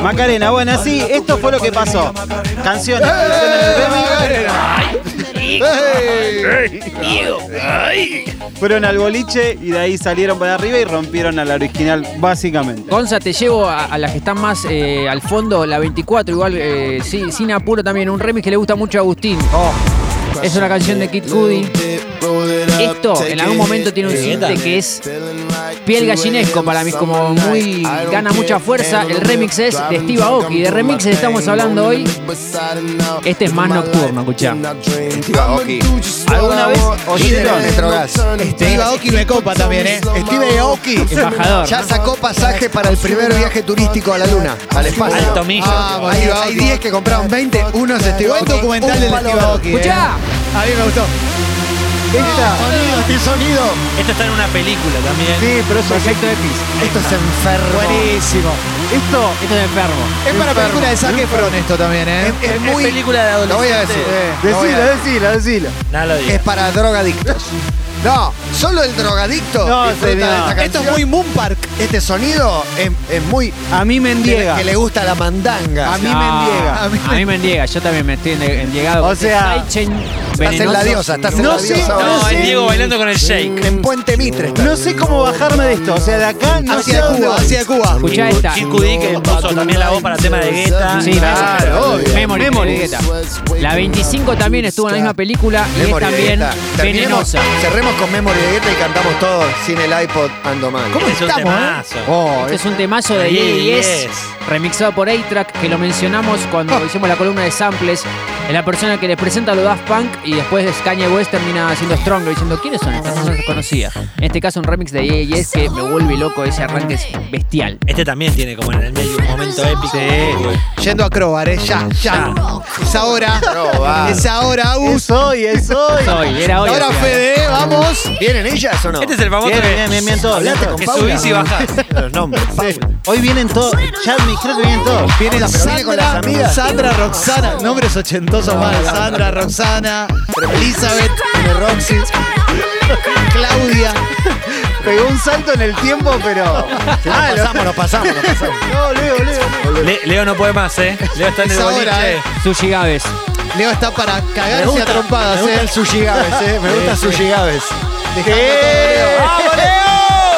Speaker 4: Macarena, bueno, sí, esto fue lo que pasó.
Speaker 7: Eh,
Speaker 4: Canciones. canciones de remix, Fueron al boliche y de ahí salieron para arriba y rompieron a la original, básicamente.
Speaker 8: Gonza, te llevo a, a las que están más eh, al fondo, la 24, igual, eh, sí, sin apuro también, un remix que le gusta mucho a Agustín. Es una canción de Kid Cudi. Esto, en algún momento tiene un
Speaker 11: Bien.
Speaker 8: sinte que es piel gallinesco para mí, como muy gana mucha fuerza. El remix es de Steve Aoki. De remixes estamos hablando hoy. Este es más nocturno, escuchá.
Speaker 7: Steve Aoki.
Speaker 4: ¿Alguna vez
Speaker 7: Líder de
Speaker 4: oyeron?
Speaker 7: Metrogas.
Speaker 9: Steve Aoki Este, me copa también, ¿eh?
Speaker 7: Steve Aoki.
Speaker 8: Embajador.
Speaker 7: Ya sacó pasaje este para el primer viaje turístico a la luna, al espacio.
Speaker 11: Alto millo.
Speaker 9: Ah,
Speaker 7: Hay hay 10 que compraron 20, uno es Steve
Speaker 9: Buen
Speaker 7: Aoki.
Speaker 9: documental
Speaker 7: un
Speaker 9: del
Speaker 7: palo
Speaker 9: Steve
Speaker 7: verde.
Speaker 9: Aoki. eh.
Speaker 8: Escuchá.
Speaker 9: A mí me gustó.
Speaker 7: Esta- Sonido, este sonido.
Speaker 11: Esto está en una película también.
Speaker 4: Sí, pero eso
Speaker 8: Perfecto X.
Speaker 7: Esto es enfermo.
Speaker 9: Buenísimo.
Speaker 4: esto
Speaker 8: Esto es enfermo.
Speaker 9: Es para película de Zac Efron esto también, ¿eh?
Speaker 7: Es, es muy.
Speaker 11: película de
Speaker 7: Lo voy a
Speaker 11: adolescente.
Speaker 7: decir. lo voy a
Speaker 4: Eh, Decilo,
Speaker 7: decir.
Speaker 4: decilo, decilo.
Speaker 11: Nada lo digo.
Speaker 7: Es para drogadictos. No, solo el drogadicto
Speaker 4: No,
Speaker 7: disfruta de
Speaker 4: señor.
Speaker 7: esta
Speaker 9: Esto es
Speaker 7: canción.
Speaker 9: muy Moon Park.
Speaker 7: Este sonido es, es muy.
Speaker 4: A mí me endiega.
Speaker 7: Que le gusta la mandanga.
Speaker 4: A mí me endiega.
Speaker 8: Ah, A mí, me endiega, yo también me estoy ende- endiegado.
Speaker 4: O sea,
Speaker 8: Saichen
Speaker 7: Estás en la
Speaker 8: venenoso.
Speaker 7: diosa, estás en
Speaker 4: No
Speaker 7: la
Speaker 4: sé,
Speaker 7: diosa.
Speaker 4: no eh.
Speaker 7: ahora.
Speaker 11: No,
Speaker 4: sé.
Speaker 11: es Diego bailando con el shake.
Speaker 7: En Puente Mitre estás.
Speaker 4: No sé cómo bajarme de esto. O sea, de acá no sé
Speaker 9: Hacia
Speaker 4: a dónde
Speaker 9: Cuba,
Speaker 4: voy.
Speaker 9: hacia Cuba.
Speaker 8: Escuchá esta.
Speaker 11: Kid Cudi Ah, que puso también la voz para tema de gueta.
Speaker 8: Sí,
Speaker 7: Claro, obvio.
Speaker 8: Ah, Memory,
Speaker 4: Memory.
Speaker 8: de Guetta. La 25 también estuvo en la misma película y es
Speaker 7: Memory de
Speaker 8: también
Speaker 7: Guetta. Terminemos,
Speaker 8: venenosa.
Speaker 7: cerremos con Memory de Guetta y cantamos todos sin el iPod ando mal.
Speaker 11: ¿Cómo es un temazo?
Speaker 7: Oh,
Speaker 8: Este es un temazo de
Speaker 11: Yeah,
Speaker 8: 10 10
Speaker 11: yes.
Speaker 8: remixado por A-Track, que lo mencionamos cuando hicimos la columna de samples. Es la persona que les presenta a los Daft Punk y después Kanye West termina haciendo Stronger diciendo ¿Quiénes son estos? No los conocía. En este caso, un remix de Yeah, Yeah, Yes que me vuelve loco. Ese arranque es bestial.
Speaker 11: Este también tiene como en el medio un momento épico.
Speaker 9: Yendo a Crobar, ¿eh? Ya, ya. Es ahora.
Speaker 7: Crobar.
Speaker 9: Es ahora, Agus.
Speaker 4: Es hoy, es hoy.
Speaker 8: Soy, era hoy.
Speaker 9: Ahora,
Speaker 8: o sea.
Speaker 9: Fede, eh, vamos.
Speaker 7: ¿Vienen ellas o no?
Speaker 11: Este es el famoso
Speaker 4: Bien,
Speaker 11: que-
Speaker 4: bien, bien, bien, todo, bien, todo.
Speaker 11: que subís y bajás. Ah,
Speaker 7: Los nombres. Paula.
Speaker 4: Hoy vienen todos. Chadmi, creo que vienen todos.
Speaker 7: Viene la- pero viene con las
Speaker 9: Sandra,
Speaker 7: amigas.
Speaker 9: Sandra Roxana. Nombres ochentosos más. Sandra Roxana. Elizabeth. Roxy. Claudia.
Speaker 4: Pegó un salto en el tiempo, pero.
Speaker 7: Sí, nos pasamos, nos pasamos, nos pasamos.
Speaker 4: No, Leo, Leo.
Speaker 11: Le- Leo no puede más, ¿eh? Leo está en el
Speaker 9: Es ahora,
Speaker 11: boliche.
Speaker 9: eh.
Speaker 8: Sushi Gaves.
Speaker 9: Leo está para
Speaker 7: Me
Speaker 9: cagarse
Speaker 7: gusta,
Speaker 9: a trompadas,
Speaker 7: me gusta el
Speaker 9: ¿eh?
Speaker 7: sushi Gaves, eh. Me gusta el sushi Gaves.
Speaker 4: Eh,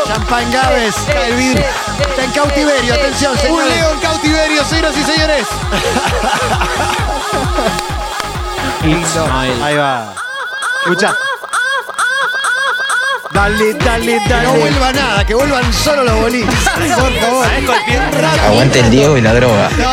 Speaker 7: Champagne Gaves. Cae el vidrio. Está en cautiverio, atención,
Speaker 9: Un
Speaker 7: señores.
Speaker 9: Leo en cautiverio, señoras y señores.
Speaker 8: Ismael.
Speaker 4: Ahí va. Escucha.
Speaker 7: Dale, dale, dale. no vuelva nada, que vuelvan solo los boliches. Por favor.
Speaker 11: Ah,
Speaker 12: Aguante el Diego y la droga.
Speaker 7: No,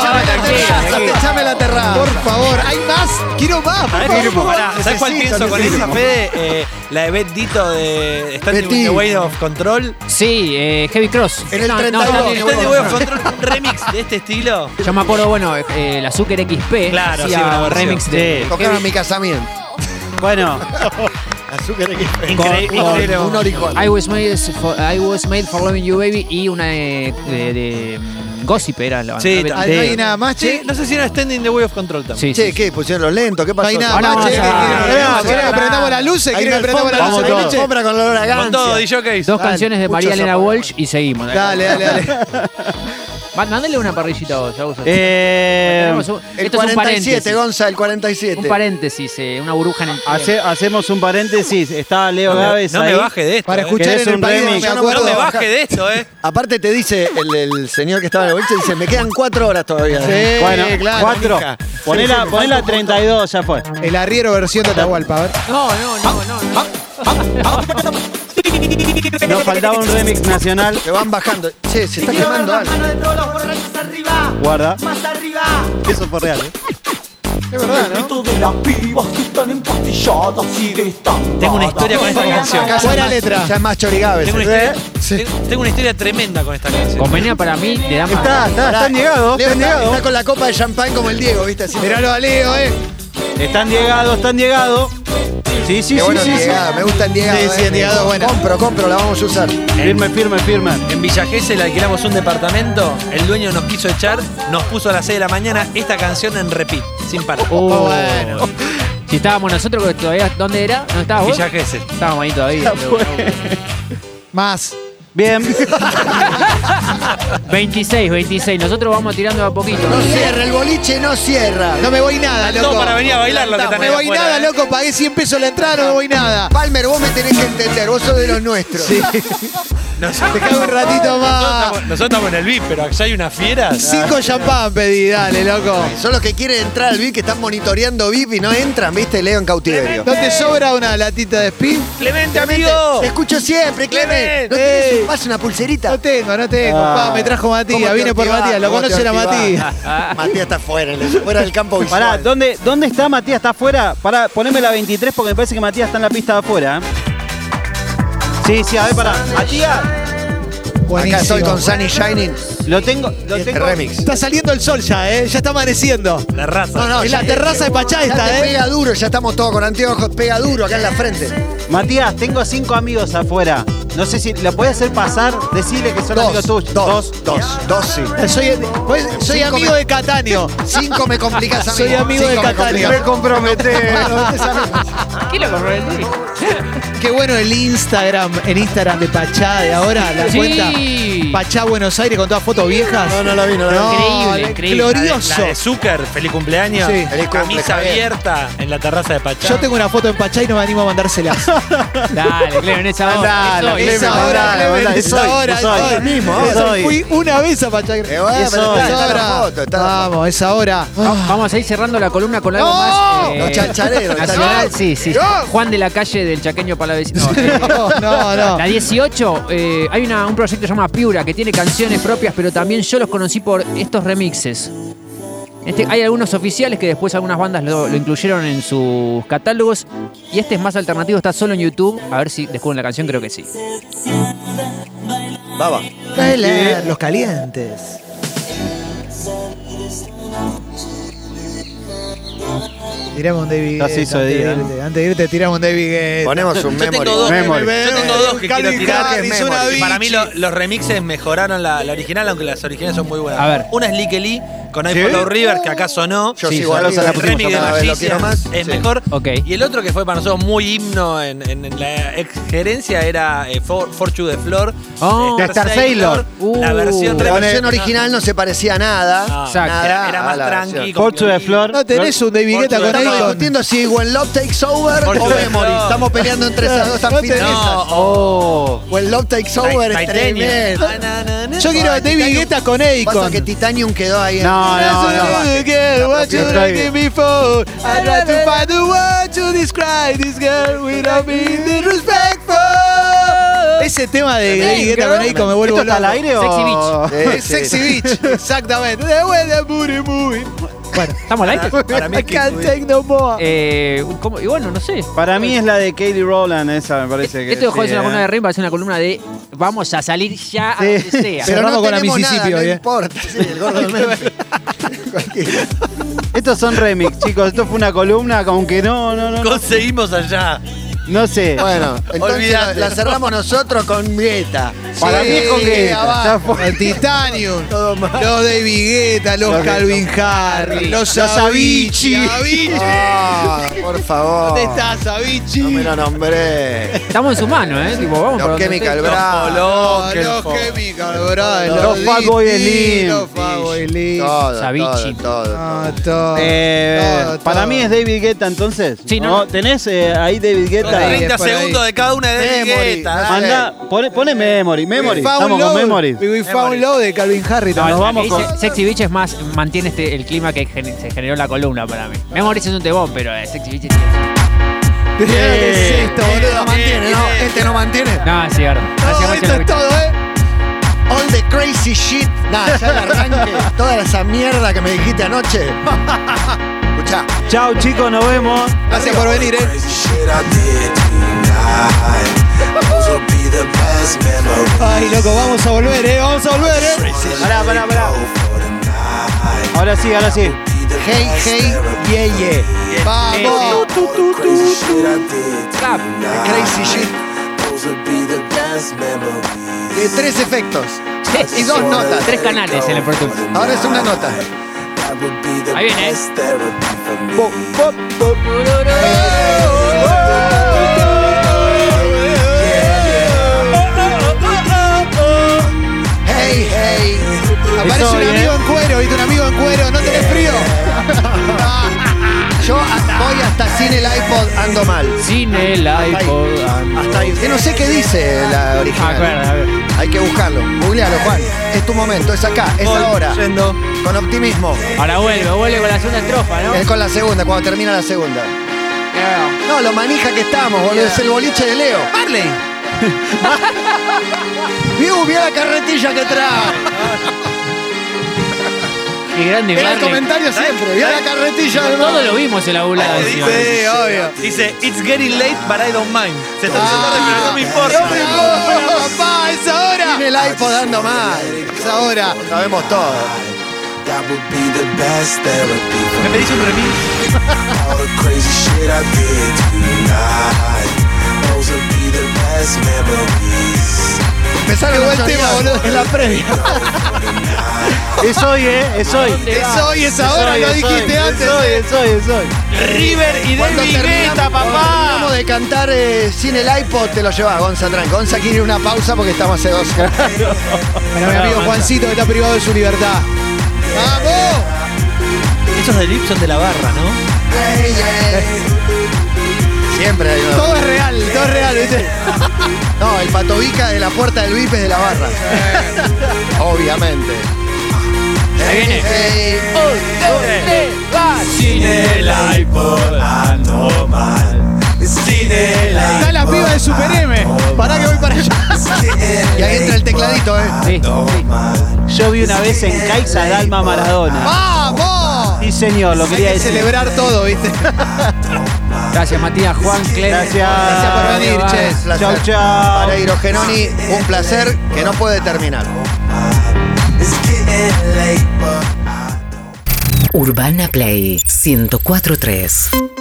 Speaker 7: echame la terraza. Por favor, hay más. Quiero más. por
Speaker 10: ¿Sabes qué?
Speaker 7: favor.
Speaker 10: Pará, ¿sabes cuál
Speaker 7: Necesito,
Speaker 10: pienso con esa,
Speaker 7: necesito.
Speaker 10: Fede? Eh, la de Beth Dito de Standing
Speaker 8: Betty.
Speaker 10: in the Way of Control.
Speaker 8: Sí, eh, Heavy Cross.
Speaker 10: En el
Speaker 8: No, no,
Speaker 10: 32.
Speaker 8: está bien,
Speaker 10: Standing in the
Speaker 8: bueno.
Speaker 10: Way of Control, un remix de este estilo.
Speaker 8: Yo me acuerdo, bueno, eh, el Azúcar XP
Speaker 10: Claro,
Speaker 8: hacía
Speaker 10: sí, una versión.
Speaker 8: remix de.
Speaker 7: Tocaron mi casamiento.
Speaker 4: Bueno.
Speaker 7: Azúcar XP.
Speaker 8: Increíble.
Speaker 7: Con- con Un oricón.
Speaker 8: I was, made for, I was made for loving you, baby. Y una eh, de, de, mm, Gossip era la
Speaker 10: Sí,
Speaker 8: de-
Speaker 10: ta-
Speaker 8: de-
Speaker 7: más,
Speaker 10: Sí, no sé si era Standing in the Way of Control también.
Speaker 8: Sí,
Speaker 7: Che, ¿qué? ¿Pusieron los lentos? ¿Qué pasó?
Speaker 9: No hay nada
Speaker 7: Ahora
Speaker 9: más,
Speaker 7: vamos
Speaker 9: che.
Speaker 7: a-
Speaker 9: Quieren
Speaker 7: Vamos,
Speaker 9: que prendamos las luces,
Speaker 7: Hay
Speaker 9: quieren que
Speaker 7: una
Speaker 9: prendamos
Speaker 7: alfombra,
Speaker 9: las luces,
Speaker 7: vamos
Speaker 9: boliche.
Speaker 7: todos. Alfombra con olor a
Speaker 10: Con todo,
Speaker 7: ganancia.
Speaker 10: DJs.
Speaker 8: Dos
Speaker 7: Dale,
Speaker 8: canciones de María
Speaker 7: mucho
Speaker 8: Elena
Speaker 7: zapato.
Speaker 8: Walsh y seguimos.
Speaker 7: Dale, dale, dale.
Speaker 8: Ma- Mándale una parrillita a vos, ya vos sos-
Speaker 4: Eh,
Speaker 8: Tenemos un-
Speaker 7: El
Speaker 8: esto es un
Speaker 7: 47,
Speaker 8: paréntesis.
Speaker 7: Gonza, el 47.
Speaker 8: Un paréntesis, eh, una burbuja en el.
Speaker 7: Ah,
Speaker 4: Hace- hacemos un paréntesis. Está Leo
Speaker 10: No me,
Speaker 4: Gávez
Speaker 10: no me
Speaker 4: ahí.
Speaker 10: baje de esto.
Speaker 7: Para
Speaker 10: eh.
Speaker 7: escuchar
Speaker 4: Querés
Speaker 7: en el
Speaker 4: un
Speaker 7: país,
Speaker 4: remix.
Speaker 7: me
Speaker 10: No
Speaker 7: acuerdo.
Speaker 10: me baje de esto, eh.
Speaker 7: Aparte te dice el, el señor que estaba en el boliche, dice, me quedan cuatro horas todavía.
Speaker 9: Sí,
Speaker 4: Bueno, cuatro.
Speaker 7: mija. Sí,
Speaker 4: Ponela,
Speaker 7: sí,
Speaker 4: ponela
Speaker 7: falta un
Speaker 4: 32, ya fue.
Speaker 9: El arriero versión de Atahualpa, a ver.
Speaker 8: No, no, no, no. no.
Speaker 4: Nos faltaba un remix nacional.
Speaker 7: montón. Te van bajando. Che, se está quemando algo.
Speaker 4: Guarda. Eso fue real. ¿eh?
Speaker 7: Es verdad, ¿no?
Speaker 10: Tengo una historia con esta canción.
Speaker 7: Acá ya
Speaker 9: Buena
Speaker 7: es más-
Speaker 9: letra.
Speaker 7: Ya es más chorigabe.
Speaker 10: Tengo una historia, tengo- tengo una historia tremenda con esta canción.
Speaker 8: Convenía para mí, le damos.
Speaker 4: Ah, Está, está, están llegados.
Speaker 7: Leo
Speaker 4: Están
Speaker 7: está,
Speaker 4: llegados.
Speaker 7: está con la copa de champán como el Diego, ¿viste? Así,
Speaker 9: Miralo a Leo, eh.
Speaker 4: Están llegados, están llegados. Sí, sí,
Speaker 7: Qué
Speaker 4: sí,
Speaker 7: bueno
Speaker 4: sí,
Speaker 7: el
Speaker 4: sí.
Speaker 7: Diegado, me gusta el Diegado.
Speaker 9: Sí, sí,
Speaker 7: eh.
Speaker 9: el Diegado, bueno.
Speaker 7: Compro, compro, la vamos a usar.
Speaker 4: Firme, firme, firme.
Speaker 10: En Villa Gesell alquilamos un departamento, el dueño nos quiso echar, nos puso a las 6 de la mañana esta canción en repeat, sin parar.
Speaker 8: Oh, Si estábamos nosotros, que todavía, ¿dónde era? ¿No estabas ah, vos?
Speaker 10: Villa Gesell.
Speaker 8: Estábamos ahí todavía.
Speaker 9: Más.
Speaker 4: Bien.
Speaker 8: 26, 26. Nosotros vamos tirando de a poquito.
Speaker 7: No cierra, el boliche no cierra.
Speaker 9: No me voy nada,
Speaker 10: Todo
Speaker 9: loco.
Speaker 10: para venir a bailar lo que
Speaker 9: No
Speaker 10: están
Speaker 9: me
Speaker 10: ahí
Speaker 9: voy
Speaker 10: afuera,
Speaker 9: nada,
Speaker 10: eh.
Speaker 9: loco. Pagué 100 pesos la entrada, no me voy nada.
Speaker 7: Palmer, vos me tenés que entender, vos sos de los nuestros.
Speaker 9: Te cago un ratito
Speaker 7: Ah.
Speaker 9: más.
Speaker 10: Nosotros, nosotros estamos en el VIP, pero allá hay una fiera.
Speaker 9: Cinco champán pedí, dale, loco.
Speaker 7: Son los que quieren entrar al VIP, que están monitoreando VIP y no entran, ¿viste? Leo en cautiverio.
Speaker 9: ¿No te sobra una latita de spin?
Speaker 10: Clemente,
Speaker 7: Te,
Speaker 10: amigo.
Speaker 7: te escucho siempre,
Speaker 10: Clemente.
Speaker 7: Clemente. ¿No tenés
Speaker 9: Ey.
Speaker 7: un pase, una pulserita?
Speaker 9: No tengo, no tengo.
Speaker 4: Ah.
Speaker 9: Pa, me trajo
Speaker 7: ¿Cómo
Speaker 9: Matías,
Speaker 7: te
Speaker 9: vine por
Speaker 7: activás?
Speaker 9: Matías, lo
Speaker 7: ¿Cómo te
Speaker 9: conocen a
Speaker 7: activás?
Speaker 9: Matías.
Speaker 7: Matías está fuera, en el- fuera del campo visual.
Speaker 4: Pará, ¿dónde, ¿dónde está Matías? ¿Está afuera? Pará, poneme la 23 porque me parece que Matías está en la pista de afuera. ¿eh? Sí, sí, a ver, pará. Matías,
Speaker 7: Acá estoy
Speaker 9: Buenísimo.
Speaker 7: con Sunny Shining.
Speaker 4: lo tengo. Lo
Speaker 7: Este
Speaker 4: tengo.
Speaker 7: remix.
Speaker 9: Está saliendo el sol ya, ¿eh? Ya está amaneciendo.
Speaker 10: La raza.
Speaker 7: No, no,
Speaker 9: Es
Speaker 7: ya-
Speaker 9: la terraza de Pachá
Speaker 7: ya
Speaker 9: esta,
Speaker 7: te
Speaker 9: ¿eh?
Speaker 7: pega duro, ya estamos todos con anteojos, pega duro acá en la frente.
Speaker 4: Matías, tengo cinco amigos afuera. No sé si lo puedes hacer pasar. Decirle que son amigos tuyos.
Speaker 7: dos, dos, dos, sí.
Speaker 9: Soy, pues, soy
Speaker 7: Cinco
Speaker 9: amigo
Speaker 7: me-
Speaker 9: de Cataño.
Speaker 7: Cinco me complicas a mí.
Speaker 9: Soy amigo de
Speaker 7: Cinco me
Speaker 9: Catania.
Speaker 7: complicas.
Speaker 9: comprometé.
Speaker 8: ¿Qué
Speaker 9: Ah.
Speaker 8: lo compró el tío?
Speaker 9: Qué bueno el Instagram, el Instagram de Pachá de ahora, la
Speaker 8: Sí.
Speaker 9: cuenta. Pachá Buenos Aires con todas fotos viejas.
Speaker 7: No, no la vi, no la vi.
Speaker 8: Increíble, increíble.
Speaker 10: La de, la
Speaker 9: Glorioso.
Speaker 10: de Zucker, feliz cumpleaños.
Speaker 9: Sí.
Speaker 7: Feliz cumple,
Speaker 10: Camisa
Speaker 7: Javier.
Speaker 10: abierta en la terraza de Pachá.
Speaker 9: Yo tengo una foto en Pachá y no me animo a mandársela.
Speaker 8: Dale, Clemen, esa onda.
Speaker 4: Andale,
Speaker 8: Eso,
Speaker 4: Clemen,
Speaker 8: eso.
Speaker 4: andale.
Speaker 9: ahora,
Speaker 4: hola, hola,
Speaker 9: es
Speaker 4: soy,
Speaker 9: ahora,
Speaker 4: soy.
Speaker 9: es ahora.
Speaker 4: Mismo,
Speaker 9: Es
Speaker 4: soy.
Speaker 9: ahora. Fui una vez a Pachá.
Speaker 7: Eh,
Speaker 4: Y
Speaker 7: bueno, pero
Speaker 4: soy.
Speaker 7: está- está la
Speaker 9: ahora.
Speaker 7: foto, está la foto.
Speaker 9: Vamos, es ahora.
Speaker 8: Va- Vamos a ir cerrando la columna con algo
Speaker 9: No.
Speaker 8: más. eh,
Speaker 7: No, chanchadero,
Speaker 8: nacional.
Speaker 7: chanchadero.
Speaker 8: Sí, sí.
Speaker 7: No.
Speaker 8: Juan de la calle del Chaqueño Palavecino.
Speaker 9: No, no, no.
Speaker 8: La 18, eh, hay una- un proyecto llamado Piura que tiene canciones propias, pero también yo los conocí por estos remixes. Este, hay algunos oficiales que después algunas bandas lo, lo incluyeron en sus catálogos. Y este es más alternativo, está solo en YouTube. A ver si descubren la canción, creo que sí.
Speaker 7: Va, va.
Speaker 9: Dale, Los calientes. Tiramos un David
Speaker 4: Ya se
Speaker 9: Guetta,
Speaker 4: hizo
Speaker 9: antes
Speaker 4: de día,
Speaker 9: irte. Antes de irte, tiramos un David Guetta.
Speaker 7: Ponemos un
Speaker 10: Yo
Speaker 7: memory. Eh,
Speaker 10: tengo dos,
Speaker 4: Memory.
Speaker 10: yo tengo dos que
Speaker 9: Calvin
Speaker 10: quiero tirar.
Speaker 7: Harris,
Speaker 10: que es
Speaker 7: una
Speaker 10: memory. Y Para mí
Speaker 9: bichi.
Speaker 10: lo- los remixes mejoraron la, la original, aunque las originales son muy buenas.
Speaker 8: A ver.
Speaker 10: Una es Lick Lee con I
Speaker 4: ¿Sí?
Speaker 10: Follow River, que acá sonó.
Speaker 7: Yo
Speaker 4: Sí,
Speaker 7: sigo
Speaker 4: ya lo
Speaker 7: arriba,
Speaker 4: se la
Speaker 10: El
Speaker 7: el
Speaker 4: pusimos
Speaker 10: remix de
Speaker 7: cada vez lo quiero
Speaker 10: Magician
Speaker 7: más.
Speaker 10: es
Speaker 7: Sí.
Speaker 10: mejor.
Speaker 8: Ok.
Speaker 10: Y el otro que fue para nosotros muy himno en, en- en la ex gerencia era eh, For- Fortune de Flor.
Speaker 8: Oh.
Speaker 10: eh,
Speaker 4: De Star Sailor.
Speaker 10: La
Speaker 8: Uh.
Speaker 10: versión
Speaker 7: La
Speaker 10: remix-
Speaker 7: versión original no se parecía a nada.
Speaker 10: Ah,
Speaker 8: Exacto.
Speaker 7: Nada
Speaker 10: Era, era
Speaker 7: a
Speaker 10: más
Speaker 7: la
Speaker 10: tranqui.
Speaker 7: versión.
Speaker 10: con
Speaker 4: Fortune de
Speaker 10: violín.
Speaker 4: Flor.
Speaker 9: No tenés un David Guetta
Speaker 10: Por
Speaker 9: con
Speaker 10: tu
Speaker 9: ahí
Speaker 7: Estamos
Speaker 10: Icon.
Speaker 7: discutiendo si When Love Takes Over
Speaker 10: Por
Speaker 7: o
Speaker 10: tu
Speaker 7: Memory.
Speaker 10: Icon.
Speaker 7: Estamos peleando entre esas dos, están
Speaker 9: No
Speaker 7: finas
Speaker 9: tenés-
Speaker 7: esas.
Speaker 4: Oh.
Speaker 7: When Love Takes
Speaker 10: Ti-
Speaker 7: Over es
Speaker 10: Titanium.
Speaker 7: tremendo.
Speaker 10: Na, na, na, na.
Speaker 9: Yo quiero a David
Speaker 7: Titanium-
Speaker 9: Guetta con
Speaker 7: Pasa que
Speaker 9: Akon.
Speaker 7: Titanium quedó ahí. en-
Speaker 4: No, no, no.
Speaker 9: girl, what you
Speaker 4: Está bien.
Speaker 9: looking me for? I try to find the word to describe this girl without being disrespectful. ese tema de
Speaker 4: Tremendo.
Speaker 9: David Guetta con Eiko me vuelvo
Speaker 4: ¿Esto está
Speaker 9: loco.
Speaker 4: al aire o- Eh,
Speaker 9: Sexy Beach.
Speaker 4: Sí, sí.
Speaker 9: Sexy Beach, exactamente. The way the booty moving.
Speaker 8: Bueno, ¿estamos al aire?
Speaker 9: Para mí es I can't take no more.
Speaker 8: Eh, ¿cómo? Y bueno, no sé.
Speaker 4: Para mí es la de Katie Rowland, esa me parece que.
Speaker 8: Esto dejó de
Speaker 4: sí, ¿eh?
Speaker 8: ser una columna de Rim, parece una columna de vamos a salir ya a
Speaker 4: Sí.
Speaker 8: donde sea.
Speaker 4: Pero Cerramos no con la tenemos Mississippi nada, hoy, no eh.
Speaker 7: importa.
Speaker 4: Estos son remix, chicos. Esto fue una columna, aunque no, no, no. no.
Speaker 10: Conseguimos allá.
Speaker 4: No sé.
Speaker 7: Bueno, entonces la,
Speaker 4: Olvídate.
Speaker 7: la cerramos nosotros con Guetta.
Speaker 4: Para mí es con Guetta, ya
Speaker 7: abajo.
Speaker 4: fue.
Speaker 9: El Titanium,
Speaker 7: Todo
Speaker 9: los
Speaker 7: mal.
Speaker 9: David Guetta, los
Speaker 4: Los que-
Speaker 9: Calvin Harris, los Avicii. Avicii.
Speaker 7: Ah, por favor.
Speaker 9: ¿Dónde estás, Avicii?
Speaker 7: No me lo nombré.
Speaker 8: Estamos en su mano, ¿eh? Tipo, vamos
Speaker 7: Los
Speaker 8: por donde
Speaker 7: Chemical
Speaker 8: sea.
Speaker 7: Brown.
Speaker 9: Los Chemical Brothers,
Speaker 7: Los
Speaker 9: los
Speaker 4: Fat Boy
Speaker 9: Beatles,
Speaker 4: Slim.
Speaker 9: Los Fat Boy Slim.
Speaker 7: Todo,
Speaker 8: Savichi.
Speaker 7: todo, todo, todo.
Speaker 9: Ah, todo.
Speaker 4: Eh,
Speaker 9: Todo,
Speaker 4: para
Speaker 9: todo.
Speaker 4: mí es David Guetta entonces.
Speaker 8: Sí, no, no.
Speaker 4: ¿Tenés eh, ahí David
Speaker 10: Con
Speaker 4: Guetta?
Speaker 9: Ahí,
Speaker 10: 30
Speaker 9: por ahí.
Speaker 10: segundos de cada una de David
Speaker 7: Memory.
Speaker 10: Guetta.
Speaker 7: Ah,
Speaker 10: dale.
Speaker 4: Anda, pone, pone memory, memory.
Speaker 9: We found
Speaker 4: Estamos con
Speaker 9: love,
Speaker 4: memory.
Speaker 9: We found love de Calvin Harris.
Speaker 4: No, nos
Speaker 9: también.
Speaker 4: vamos
Speaker 8: Ese-
Speaker 4: con-
Speaker 8: Sexy Beach es más, mantiene este, el clima que gen- se generó la columna para mí. Memories es un tebón, pero eh, Sexy Beach es...
Speaker 9: Pero ¿qué
Speaker 4: Eh,
Speaker 9: es esto, boludo?
Speaker 7: No mantiene, no. Este no mantiene.
Speaker 8: No, es cierto.
Speaker 7: Todo,
Speaker 8: Gracias,
Speaker 7: esto
Speaker 8: Marcelo.
Speaker 7: es todo, ¿eh? All the crazy shit. Nada, ya el arranque. Toda esa mierda que me dijiste anoche. Escuchá.
Speaker 4: Chao chicos, nos vemos.
Speaker 9: Gracias por venir, eh. Ay, loco, vamos a volver, eh. Vamos a volver, eh.
Speaker 4: Pará, pará, pará. Ahora sí, ahora sí.
Speaker 7: Hey, hey, yeah, yeah. Vamos.
Speaker 8: Cap.
Speaker 7: The crazy shit. De tres efectos.
Speaker 8: Tres.
Speaker 7: Y dos notas.
Speaker 8: Tres canales en el Pro Tools.
Speaker 7: Ahora es una nota.
Speaker 8: Ahí viene. eh.
Speaker 7: Pop, pop, pop. Hey, hey.
Speaker 9: Aparece
Speaker 4: Estoy,
Speaker 9: un
Speaker 4: eh.
Speaker 9: amigo en cuero, ¿viste? Un amigo en cuero, no tenés frío.
Speaker 7: Yo hasta- voy hasta sin el iPod ando mal.
Speaker 8: Sin el iPod.
Speaker 7: Hasta ahí. Que no sé qué dice Ah, la original.
Speaker 8: Acuerda, Ah, a ver.
Speaker 7: Hay que buscarlo. Googlealo, Juan. Es tu momento, es acá, es
Speaker 10: Voy
Speaker 7: ahora.
Speaker 10: yendo.
Speaker 7: Con optimismo.
Speaker 8: Ahora vuelve, vuelve con la segunda estrofa, ¿no?
Speaker 7: Es con la segunda, cuando termina la segunda. No, lo manija que estamos, boludo. Es el boliche de Leo.
Speaker 10: Ah.
Speaker 9: Marley.
Speaker 7: Viu, vio la carretilla que trae.
Speaker 8: Qué grande
Speaker 7: Era el
Speaker 8: Barney.
Speaker 7: comentario siempre. Vio la carretilla del
Speaker 8: Todos
Speaker 7: Marley.
Speaker 8: lo vimos en la bula.
Speaker 10: Ahí
Speaker 8: encima.
Speaker 10: dice-
Speaker 9: Sí, obvio.
Speaker 10: Dice, it's getting late, but I don't mind. Se está haciendo tarde, pero no me importa.
Speaker 9: ¡Ahora, papá! ¡Es ahora!
Speaker 7: Tiene el iPod dando mal.
Speaker 9: ¡Es ahora!
Speaker 7: Sabemos todo.
Speaker 10: Me pedís un remix.
Speaker 7: Empezaron
Speaker 9: Qué buen
Speaker 7: los
Speaker 9: tema,
Speaker 7: sonidos
Speaker 9: boludo.
Speaker 7: En la previa.
Speaker 4: Es hoy, eh, es hoy.
Speaker 8: ¿Dónde
Speaker 9: ¡Es
Speaker 8: va?
Speaker 9: hoy! ¡Es ahora!
Speaker 4: hoy,
Speaker 9: ¡Lo
Speaker 4: es
Speaker 9: dijiste
Speaker 4: hoy,
Speaker 9: antes! eh.
Speaker 4: Es hoy, es hoy, es hoy.
Speaker 10: River y
Speaker 7: Cuando
Speaker 10: David Guetta,
Speaker 7: terminamos- cuando
Speaker 10: papá.
Speaker 7: terminamos de cantar eh, sin el iPod, te lo llevas, Gonza Tranca. Gonza quiere una pausa porque estamos hace dos horas.
Speaker 9: Para mi amigo Juancito que está privado de su libertad. ¡Vamos!
Speaker 10: Esos de Lipson de la barra, ¿no?
Speaker 7: Siempre hay una-
Speaker 9: Todo es real, todo es real, ¿viste?
Speaker 7: No, el patovica de la puerta del VIP es de la barra. Obviamente.
Speaker 8: Ahí viene.
Speaker 7: Hey, hey.
Speaker 10: Sin el iPod ando mal. Sin el
Speaker 9: Está la piba de Super M. Pará que voy para allá.
Speaker 7: Y ahí entra el tecladito, ¿eh?
Speaker 8: Sí, sí.
Speaker 4: Yo vi una vez en Caixa Dalma
Speaker 9: Ah.
Speaker 4: Maradona.
Speaker 9: ¡Vamos!
Speaker 4: Sí, señor, lo
Speaker 9: Hay
Speaker 4: quería
Speaker 9: que
Speaker 4: decir.
Speaker 9: celebrar todo, ¿viste?
Speaker 8: Gracias, Matías, Juan, Clem.
Speaker 4: Gracias.
Speaker 9: Gracias por venir, che.
Speaker 7: Un placer.
Speaker 4: Chau, chau.
Speaker 7: Vareiro Genoni, un placer que no puede terminar.
Speaker 13: Urbana Play 1043.